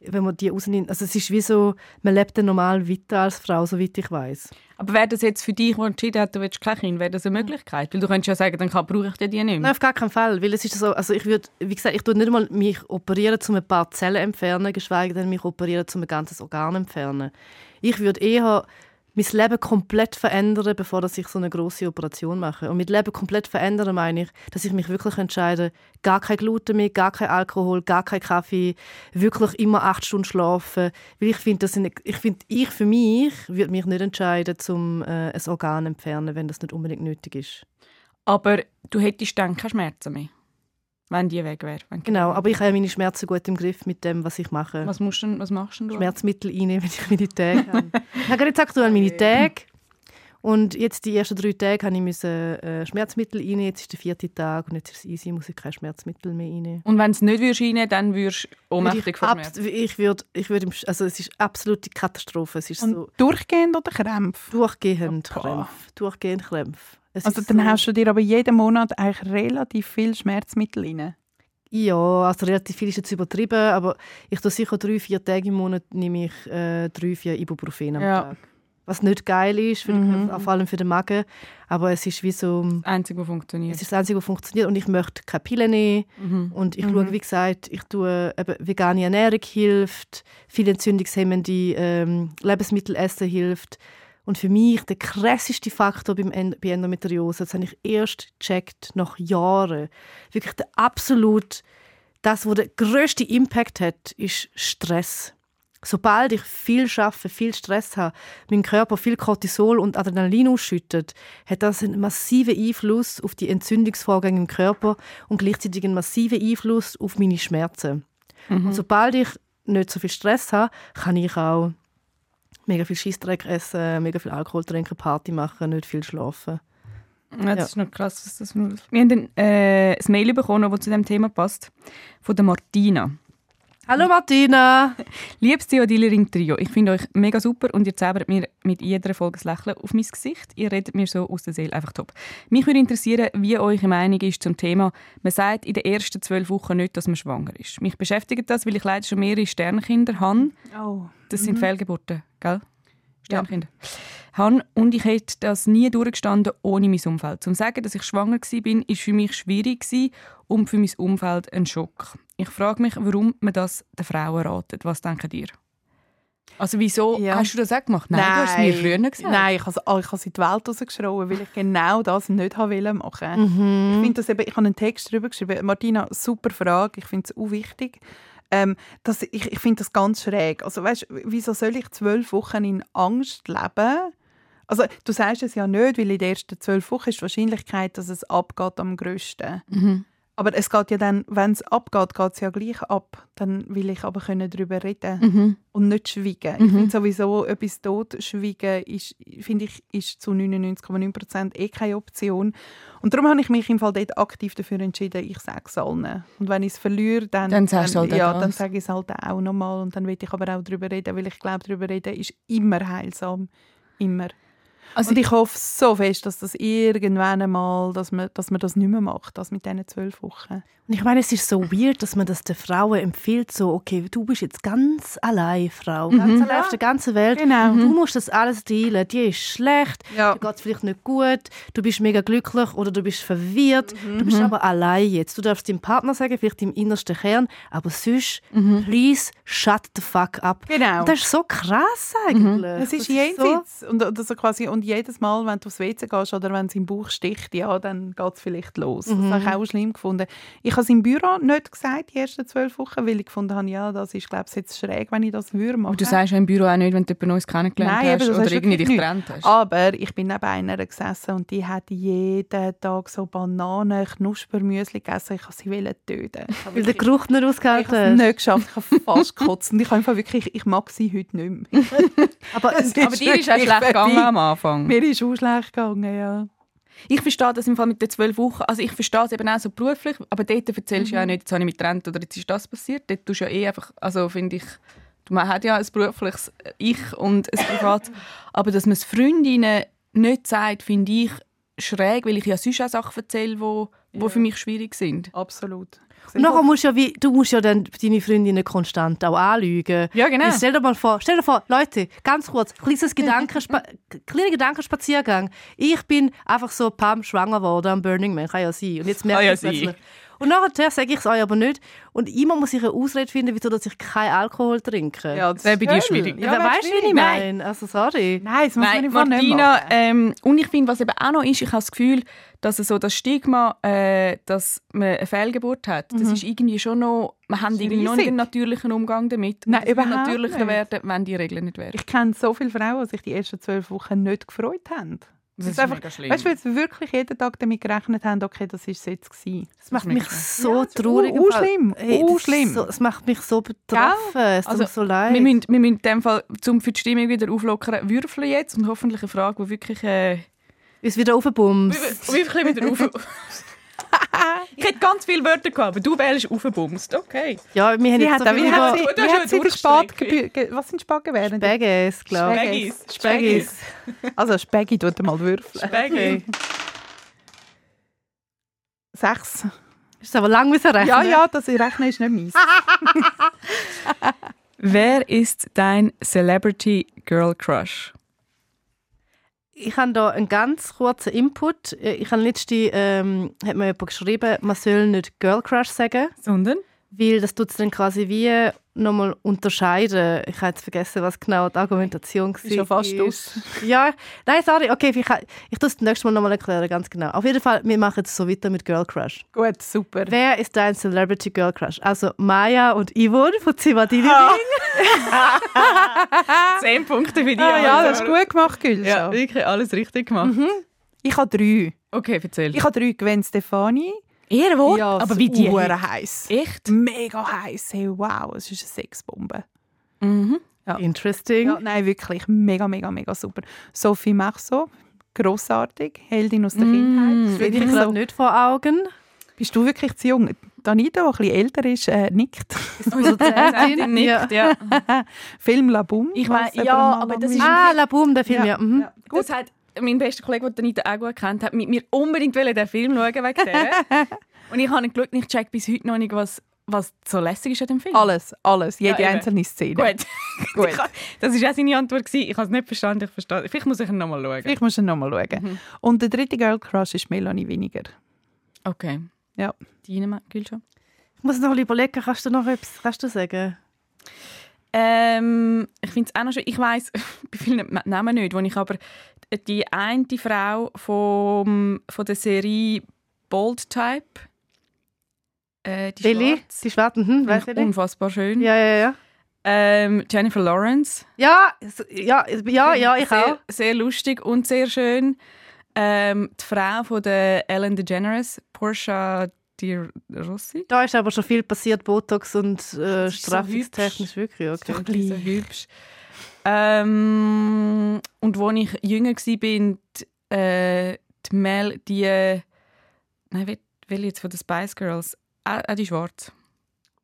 Speaker 3: wenn man die rausnimmt, also es ist wie so, man lebt dann normal weiter als Frau, soweit ich weiß.
Speaker 2: Aber wäre das jetzt für dich, der entschieden hat, du willst kein Kind, wäre das eine Möglichkeit? Weil du könntest ja sagen, dann kann- brauche ich die nicht mehr.
Speaker 3: Nein, auf gar keinen Fall, weil es ist so, also ich würde, wie gesagt, ich tue nicht mal mich operieren, um ein paar Zellen zu entfernen, geschweige denn mich operieren, um ein ganzes Organ zu entfernen. Ich würde eher mein Leben komplett verändern, bevor dass ich so eine große Operation mache. Und mit Leben komplett verändern meine ich, dass ich mich wirklich entscheide, gar kein Gluten mehr, gar kein Alkohol, gar kein Kaffee, wirklich immer acht Stunden schlafen, weil ich finde, das sind- ich finde, ich für mich würde mich nicht entscheiden, um äh, ein Organ zu entfernen, wenn das nicht unbedingt nötig ist.
Speaker 2: Aber du hättest dann keine Schmerzen mehr, wenn die weg wäre. Wenn-
Speaker 3: Genau, aber ich habe meine Schmerzen gut im Griff mit dem, was ich mache.
Speaker 2: Was, musst du, denn- was machst denn du?
Speaker 3: Schmerzmittel einnehmen, wenn ich meine Tage habe. ich habe gerade jetzt aktuell meine Tage. Und jetzt die ersten drei Tage habe ich müssen, äh, Schmerzmittel einnehmen. Jetzt ist der vierte Tag und jetzt ist es easy, muss ich keine Schmerzmittel mehr einnehmen.
Speaker 2: Und wenn es nicht würdest rein, dann würdest du
Speaker 1: Um
Speaker 2: ohnmächtig
Speaker 3: ich,
Speaker 2: vor
Speaker 3: ab,
Speaker 2: Schmerzen.
Speaker 3: ich würde, ich würde, im Sch- also es ist absolute Katastrophe. Es ist
Speaker 1: Und
Speaker 3: so
Speaker 1: durchgehend oder Krämpfe?
Speaker 3: durchgehend
Speaker 1: Opa.
Speaker 3: Krämpfe. Durchgehend Krämpfe. Es
Speaker 1: Also
Speaker 3: ist
Speaker 1: dann
Speaker 3: so,
Speaker 1: hast du dir aber jeden Monat eigentlich relativ viel Schmerzmittel rein.
Speaker 3: Ja, also relativ viel ist jetzt übertrieben, aber ich tue sicher drei, vier Tage im Monat nehme ich äh, drei, vier Ibuprofen am
Speaker 2: Ja.
Speaker 3: Tag. Was nicht geil ist, für den, Körper, vor allem für den Magen, aber es ist wie so,
Speaker 2: Das Einzige, was
Speaker 3: es
Speaker 2: funktioniert.
Speaker 3: ist das Einzige, was funktioniert und ich möchte keine Pillen nehmen
Speaker 2: Mhm.
Speaker 3: und ich schaue, wie gesagt, ich tue eben, vegane Ernährung hilft, viel entzündungshemmende ähm, Lebensmittel essen hilft und für mich der krasseste Faktor beim End bei Endometriose, das habe ich erst gecheckt nach Jahren, wirklich der absolut das, wo der größte Impact hat, ist Stress. Sobald ich viel schaffe, viel Stress habe, mein Körper viel Cortisol und Adrenalin ausschüttet, hat das einen massiven Einfluss auf die Entzündungsvorgänge im Körper und gleichzeitig einen massiven Einfluss auf meine Schmerzen. Und sobald ich nicht so viel Stress habe, kann ich auch mega viel Schissdreck essen, mega viel Alkohol trinken, Party machen, nicht viel schlafen.
Speaker 2: Ja, das ist noch krass, was das Wir haben dann, äh, ein Mail bekommen, das zu diesem Thema passt, von der Martina.
Speaker 3: Hallo Martina!
Speaker 2: Liebes Theodillerin Trio, ich finde euch mega super und ihr zaubert mir mit jeder Folge ein Lächeln auf mein Gesicht. Ihr redet mir so aus der Seele einfach top. Mich würde interessieren, wie eure Meinung ist zum Thema, man sagt in den ersten zwölf Wochen nicht, dass man schwanger ist. Mich beschäftigt das, weil ich leider schon mehrere Sternkinder habe.
Speaker 1: Oh.
Speaker 2: Das sind Fehlgeburten, gell? Sternkinder. Han, und ich hätte das nie durchgestanden ohne mein Umfeld. Zum sagen, dass ich schwanger war, bin, ist für mich schwierig gewesen und für mein Umfeld ein Schock. Ich frage mich, warum man das den Frauen ratet. Was denken ihr? Also wieso
Speaker 1: Ja.
Speaker 2: hast du das auch gemacht? Nein, du hast es mir früher gesagt.
Speaker 1: Nein, ich habe ich has in die Welt rausgeschrauen, weil ich genau das nicht ha wollen machen Ich finde das eben, ich habe einen Text darüber geschrieben. Martina, super Frage, ich finde es auch wichtig. Ähm, das, ich ich finde das ganz schräg. Also weißt, wieso soll ich zwölf Wochen in Angst leben? Also du sagst es ja nicht, weil in den ersten zwölf Wochen ist die Wahrscheinlichkeit, dass es abgeht, am grössten.
Speaker 2: Mhm.
Speaker 1: Aber es geht ja dann, wenn es abgeht, geht es ja gleich ab. Dann will ich aber können darüber reden
Speaker 2: Mhm.
Speaker 1: und nicht schweigen. Ich finde sowieso, etwas totschweigen ist, finde ich, ist zu 99,9% eh keine Option. Und darum habe ich mich im Fall dort aktiv dafür entschieden, ich sage es allen. Und wenn ich es verliere, dann,
Speaker 2: Dann sagst du halt auch
Speaker 1: ja,
Speaker 2: das.
Speaker 1: dann sage ich es halt auch nochmal und dann will ich aber auch darüber reden, weil ich glaube, darüber reden ist immer heilsam. Immer.
Speaker 2: Also
Speaker 1: und ich hoffe so fest, dass das irgendwann einmal, dass man, dass man das nicht mehr macht, das mit diesen zwölf Wochen.
Speaker 3: Und ich meine, es ist so weird, dass man das den Frauen empfiehlt, so, okay, du bist jetzt ganz allein, Frau, ganz allein auf der ganzen Welt.
Speaker 1: Genau.
Speaker 3: Du musst das alles dealen. Dir ist schlecht,
Speaker 1: Ja.
Speaker 3: dir geht es vielleicht nicht gut, du bist mega glücklich oder du bist verwirrt. Du bist aber allein jetzt. Du darfst deinem Partner sagen, vielleicht im innersten Kern, aber sonst, please, shut the fuck up.
Speaker 1: Genau.
Speaker 3: Und das ist so krass eigentlich.
Speaker 1: Es ist
Speaker 3: Mhm. Das so-
Speaker 1: jenseits. und, und, also quasi, und und jedes Mal, wenn du aufs WC gehst oder wenn es im Bauch sticht, ja, dann geht es vielleicht los. Das
Speaker 2: Mhm.
Speaker 1: habe ich auch schlimm gefunden. Ich habe es im Büro nicht gesagt, die ersten zwölf Wochen, weil ich gefunden habe, ja, das ist, glaube ich, jetzt schräg, wenn ich das würde machen.
Speaker 2: Und du sagst ja im Büro auch nicht, wenn du jemanden Neues kennengelernt
Speaker 1: Nein, eben,
Speaker 2: hast
Speaker 1: das
Speaker 2: oder
Speaker 1: hast du
Speaker 2: irgendwie dich
Speaker 1: wirklich Ah,
Speaker 2: getrennt hast.
Speaker 1: Aber ich bin neben einer gesessen und die hat jeden Tag so Bananen, Knuspermüsli gegessen. Ich wollte sie wollen töten. Ich habe
Speaker 3: Weil der
Speaker 1: wirklich-
Speaker 3: Geruch nicht
Speaker 1: ich
Speaker 3: ausgehalten
Speaker 1: habe es
Speaker 3: hast.
Speaker 1: nicht geschafft. Ich habe fast gekotzt. Und ich habe einfach wirklich, ich mag sie heute nicht mehr.
Speaker 3: Aber
Speaker 2: Aber dir ist auch
Speaker 1: wirklich
Speaker 2: schlecht gegangen
Speaker 1: vorbei.
Speaker 2: am Anfang.
Speaker 1: Mir ist auch schlecht gegangen, ja.
Speaker 2: Ich verstehe das im Fall mit den zwölf Wochen. Also ich verstehe es eben auch so beruflich, aber dort erzählst du ja auch nicht, jetzt habe ich mich getrennt oder jetzt ist das passiert. Dort tust du ja eh einfach, also finde ich, du- man hat ja ein berufliches Ich und ein Privat. aber dass man es Freundinnen nicht sagt, finde ich schräg, weil ich ja sonst auch Sachen erzähle, die wo, wo für mich schwierig sind.
Speaker 1: Absolut.
Speaker 3: Und nachher musst du ja, wie, du musst ja dann deine Freundinnen konstant auch anlügen.
Speaker 2: Ja, genau.
Speaker 3: Jetzt Stell dir mal vor, stell dir vor, Leute, ganz kurz, kleines Gedankenspa kleiner Gedankenspaziergang. Ich bin einfach so pam schwanger geworden am Burning Man, kann ja sein. Und jetzt merke
Speaker 2: Kann ja
Speaker 3: ich es
Speaker 2: sein.
Speaker 3: plötzlich. Und nachher sage ich es euch aber nicht. Und immer muss ich eine Ausrede finden, wieso dass ich keinen Alkohol trinke.
Speaker 1: Ja, das
Speaker 2: Nein, bei dir
Speaker 1: toll.
Speaker 2: ist schwierig.
Speaker 1: Ja,
Speaker 3: Ja, wer
Speaker 1: wäre
Speaker 3: weiß, wie
Speaker 1: schwierig.
Speaker 3: ich
Speaker 1: Nein,
Speaker 3: meine? Also, sorry.
Speaker 1: Nein, das muss man
Speaker 2: Nein,
Speaker 1: einfach nicht
Speaker 2: Martina,
Speaker 1: machen.
Speaker 2: ähm, und ich finde, was eben auch noch ist, ich habe das Gefühl, dass so das Stigma, äh, dass man eine Fehlgeburt hat, das ist irgendwie schon noch, man hat
Speaker 1: Mhm. ist
Speaker 2: irgendwie noch nicht
Speaker 1: riesig.
Speaker 2: einen natürlichen Umgang damit.
Speaker 1: Nein,
Speaker 2: es würde
Speaker 1: überhaupt
Speaker 2: natürlicher
Speaker 1: nicht.
Speaker 2: werden, wenn die Regeln nicht wären.
Speaker 1: Ich kenne so viele Frauen, die sich die ersten zwölf Wochen nicht gefreut haben.
Speaker 2: Das
Speaker 1: Weil's
Speaker 2: ist
Speaker 1: einfach,
Speaker 2: mega schlimm.
Speaker 1: Weißt du, weil sie wirklich jeden Tag damit gerechnet haben, okay, das ist es jetzt gewesen.
Speaker 3: Das macht
Speaker 2: ist
Speaker 3: mich
Speaker 2: mega.
Speaker 3: so
Speaker 1: Ja, das ist
Speaker 3: traurig.
Speaker 1: u- u- schlimm,
Speaker 3: Ey,
Speaker 1: u-
Speaker 3: das ist
Speaker 1: schlimm.
Speaker 3: So, es macht mich so betroffen. Es tut
Speaker 2: Also,
Speaker 3: mir so leid.
Speaker 2: Wir müssen, wir müssen in dem Fall, um für die Stimmung wieder auflockern, würfeln jetzt und hoffentlich eine Frage, die wirklich... Äh,
Speaker 3: Uns wieder aufbums.
Speaker 2: wirklich wieder auf... ich hätte ganz viele Wörter gehabt, aber du wählst aufgebumst, okay.
Speaker 3: Ja, wir haben
Speaker 1: Wie
Speaker 3: jetzt
Speaker 1: hat,
Speaker 3: so
Speaker 1: da- wie
Speaker 3: viel
Speaker 1: hat
Speaker 3: über
Speaker 1: sie,
Speaker 2: Oh, das
Speaker 1: wie
Speaker 2: ist
Speaker 1: hat
Speaker 2: eine
Speaker 1: sie den Spat
Speaker 2: Durchstrecke.
Speaker 1: gebü- ge- Was sind Spagen während?
Speaker 3: Baggies, glaube ich.
Speaker 2: Baggies.
Speaker 1: Spagis. Also Spaggy tut mal würfeln.
Speaker 2: Baggy.
Speaker 1: Sechs.
Speaker 3: Ist aber lang müssen rechnen.
Speaker 1: Ja, ja, das Rechnen ist nicht meins.
Speaker 2: Wer ist dein Celebrity Girl Crush?
Speaker 3: Ich habe da einen ganz kurzen Input. Ich habe letzte ähm, hat mir jemand geschrieben, man soll nicht Girl Crush sagen,
Speaker 2: Sondern?
Speaker 3: weil das tut es dann quasi wie nochmal unterscheiden. Ich habe jetzt vergessen, was genau die Argumentation war.
Speaker 1: Ist ja fast aus.
Speaker 3: Ja, nein, sorry. Okay, ich, ich tue es das nächste Mal nochmal erklären, ganz genau. Auf jeden Fall, wir machen jetzt so weiter mit Girl Crush.
Speaker 1: Gut, super.
Speaker 3: Wer ist dein Celebrity Girl Crush? Also Maya und Yvonne von Zivadili. Ah,
Speaker 2: Zehn Punkte für dich.
Speaker 1: Ah, ja, das ist gut gemacht,
Speaker 2: Ja,
Speaker 1: Gülscha.
Speaker 2: wirklich alles richtig gemacht.
Speaker 1: Ich habe drei.
Speaker 2: Mhm. Okay, erzähl.
Speaker 1: Ich habe drei Gwen Stefani.
Speaker 2: Ihr
Speaker 1: aber wie die heiß.
Speaker 2: Echt?
Speaker 1: Mega heiß. Hey, wow, es ist eine Sexbombe.
Speaker 2: Mhm.
Speaker 3: Interesting.
Speaker 1: Ja, nein, wirklich. Mega, mega, mega super. Sophie Machso, grossartig. Heldin aus der Kindheit.
Speaker 3: Will ich
Speaker 1: Wirklich
Speaker 3: glaube
Speaker 1: so.
Speaker 3: nicht vor Augen.
Speaker 1: Bist du wirklich zu jung? Danita, die ein bisschen älter ist, äh, nickt.
Speaker 3: Produzentin, ja.
Speaker 2: Nickt, ja.
Speaker 1: Film La Boom.
Speaker 2: Ich weiß,
Speaker 1: falls jemand
Speaker 2: ja,
Speaker 1: mal
Speaker 2: aber
Speaker 1: noch
Speaker 2: das
Speaker 1: will.
Speaker 2: ist-
Speaker 3: Ah, La Boom, der Film, ja. mhm.
Speaker 1: Ja, gut.
Speaker 2: Das hat mein bester Kollege, der Danita auch gut kennt, hat mit mir unbedingt wollen den Film schauen wegen der. Und ich habe ihn geschaut und ich check bis heute noch nicht, was, was so lässig ist an dem Film.
Speaker 1: Alles, alles, jede
Speaker 2: Ja, eben.
Speaker 1: einzelne Szene.
Speaker 2: Gut.
Speaker 1: Gut.
Speaker 2: Das war auch seine Antwort. gewesen. Ich habe es nicht verstanden. Ich verstehe. Vielleicht muss ich ihn nochmal schauen.
Speaker 1: Ich muss ihn nochmal schauen.
Speaker 2: Mhm.
Speaker 1: Und der dritte Girl Crush ist Melanie Winiger.
Speaker 2: Okay.
Speaker 1: Ja.
Speaker 2: Deine Gülscha?
Speaker 3: Ich muss noch ein bisschen überlegen, kannst du noch etwas kannst du sagen?
Speaker 2: Ähm, ich finde es auch noch schön. Ich weiss bei vielen Ma- Namen nicht, wo ich aber die eine Frau vom, von der Serie Bold Type. Äh, die
Speaker 3: Lilly,
Speaker 2: Schwarze.
Speaker 3: die Schwarzen, hm, weißt
Speaker 2: Finde ich
Speaker 3: du
Speaker 2: Unfassbar schön.
Speaker 3: Ja, ja, ja.
Speaker 2: Ähm, Jennifer Lawrence.
Speaker 3: Ja, so- ja, ja, ja, ich
Speaker 2: sehr,
Speaker 3: auch.
Speaker 2: Sehr lustig und sehr schön. Ähm, die Frau von der Ellen DeGeneres, Portia Di Rossi.
Speaker 3: Da ist aber schon viel passiert, Botox und äh,
Speaker 2: ist so
Speaker 3: straffungstechnisch,
Speaker 2: hübsch.
Speaker 3: wirklich, okay.
Speaker 2: Doch ein so hübsch. Ähm, und als ich jünger war, bin, die, äh, die Mel, die. äh, Nein, wel- welche jetzt von den Spice Girls? Auch auch die schwarz.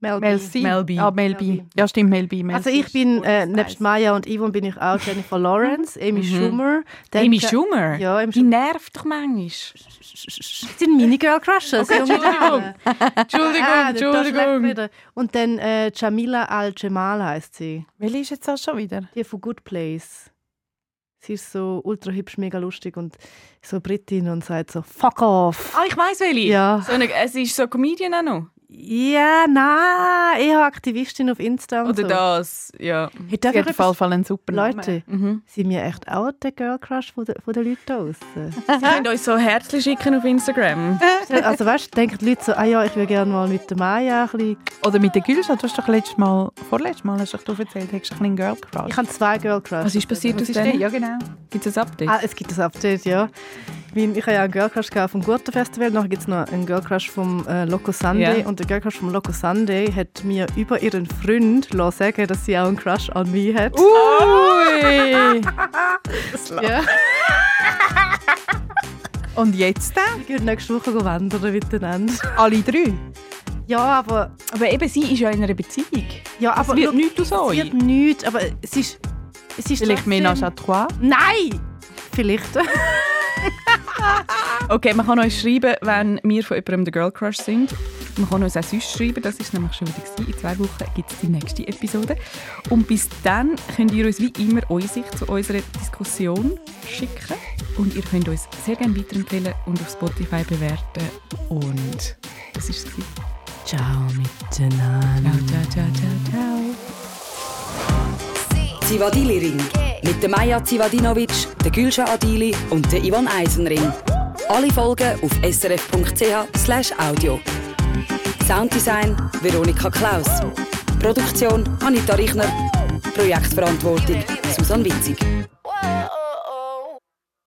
Speaker 3: Mel
Speaker 1: Mel
Speaker 3: B.
Speaker 1: C.
Speaker 2: Mel B.
Speaker 1: Ah, Mel
Speaker 3: Mel
Speaker 1: B.
Speaker 3: B.
Speaker 1: Ja, stimmt, Mel B. Mel
Speaker 3: Also
Speaker 1: C
Speaker 3: ich
Speaker 1: ist
Speaker 3: bin,
Speaker 1: gut,
Speaker 3: äh,
Speaker 1: das
Speaker 3: nebst
Speaker 1: weiss.
Speaker 3: Maya und Yvonne bin ich auch Jennifer Lawrence, Amy Schumer. Dann-
Speaker 2: Mhm. Amy Schumer.
Speaker 3: Ja, Amy
Speaker 2: Die
Speaker 3: Schumer.
Speaker 2: nervt doch manchmal.
Speaker 3: Das sind meine Girl Crushes. junge Dame.
Speaker 2: Entschuldigung,
Speaker 3: Ah, da schlägt
Speaker 2: Entschuldigung.
Speaker 3: wieder. Und dann äh, Jamila Al-Jamal heißt sie.
Speaker 1: Welche ist jetzt auch schon wieder?
Speaker 3: Die von Good Place. Sie ist so ultra hübsch, mega lustig und so Britin und sagt so «Fuck off!»
Speaker 2: Ah, ich weiss welche.
Speaker 3: Ja.
Speaker 2: So eine, es ist so eine Comedian auch noch.
Speaker 3: Ja, nein, eher Aktivistin auf Insta und
Speaker 2: Oder
Speaker 3: so.
Speaker 2: das, ja.
Speaker 3: Hey, darf
Speaker 1: Auf
Speaker 3: ich
Speaker 1: jeden Fall
Speaker 3: etwas,
Speaker 1: fallen super
Speaker 3: Leute,
Speaker 2: Mhm.
Speaker 3: sind wir echt auch der Girl Crush von den, von den Leuten da draussen?
Speaker 2: Sie könnt euch so Herzchen schicken auf Instagram.
Speaker 3: also weißt du, denken die Leute so, ah ja, ich würde gerne mal mit der Maya ein bisschen...
Speaker 1: Oder mit der Gülscha, du hast doch letztes Mal, vorletztes Mal hast du doch du erzählt, hast du ein bisschen Girl Crush.
Speaker 3: Ich habe zwei Girl Crush.
Speaker 2: Was ist passiert aus
Speaker 1: das ist die,
Speaker 2: dem?
Speaker 1: ja genau.
Speaker 2: Gibt es ein Update?
Speaker 3: Ah, es gibt das Update, ja. Ich, mein, ich habe ja einen Girl Crush gehabt vom Gurten Festival, nachher gibt es noch einen Girl Crush vom äh, Loco Sunday.
Speaker 2: Ja.
Speaker 3: Und der Girl Crush vom Loco Sunday hat mir über ihren Freund lassen sagen, dass sie auch einen Crush an mich hat.
Speaker 1: Ui!
Speaker 3: ja.
Speaker 1: Und jetzt dann?
Speaker 3: Wir gehen nächste Woche wandern miteinander.
Speaker 1: Alle drei?
Speaker 3: Ja, aber...
Speaker 2: Aber eben, sie ist ja in einer Beziehung.
Speaker 3: Ja, aber
Speaker 2: Es wird
Speaker 3: schau,
Speaker 2: nichts aus
Speaker 3: Es
Speaker 2: euch.
Speaker 3: wird nichts, aber es ist... Es ist
Speaker 1: Vielleicht mehr nach Trois?
Speaker 3: Nein! Vielleicht.
Speaker 2: Okay, man kann uns schreiben, wenn wir von jemandem der Girl Crush sind. Man kann uns auch sonst schreiben, das ist nämlich schon wieder. gewesen. In zwei Wochen gibt es die nächste Episode. Und bis dann könnt ihr uns wie immer eure Sicht zu unserer Diskussion schicken. Und ihr könnt uns sehr gerne weiterempfehlen und auf Spotify bewerten. Und das ist es. gewesen.
Speaker 3: Ciao miteinander.
Speaker 2: Ciao, ciao, ciao, ciao, ciao.
Speaker 4: Zivadili Ring. Mit der Maja Zivadinovic, der Gülscha Adili und der Ivan Eisenring. Alle Folgen auf srf.ch/audio. Sounddesign Veronika Klaus. Produktion Anita Richner. Projektverantwortung Susanne Witzig.
Speaker 5: Whoa.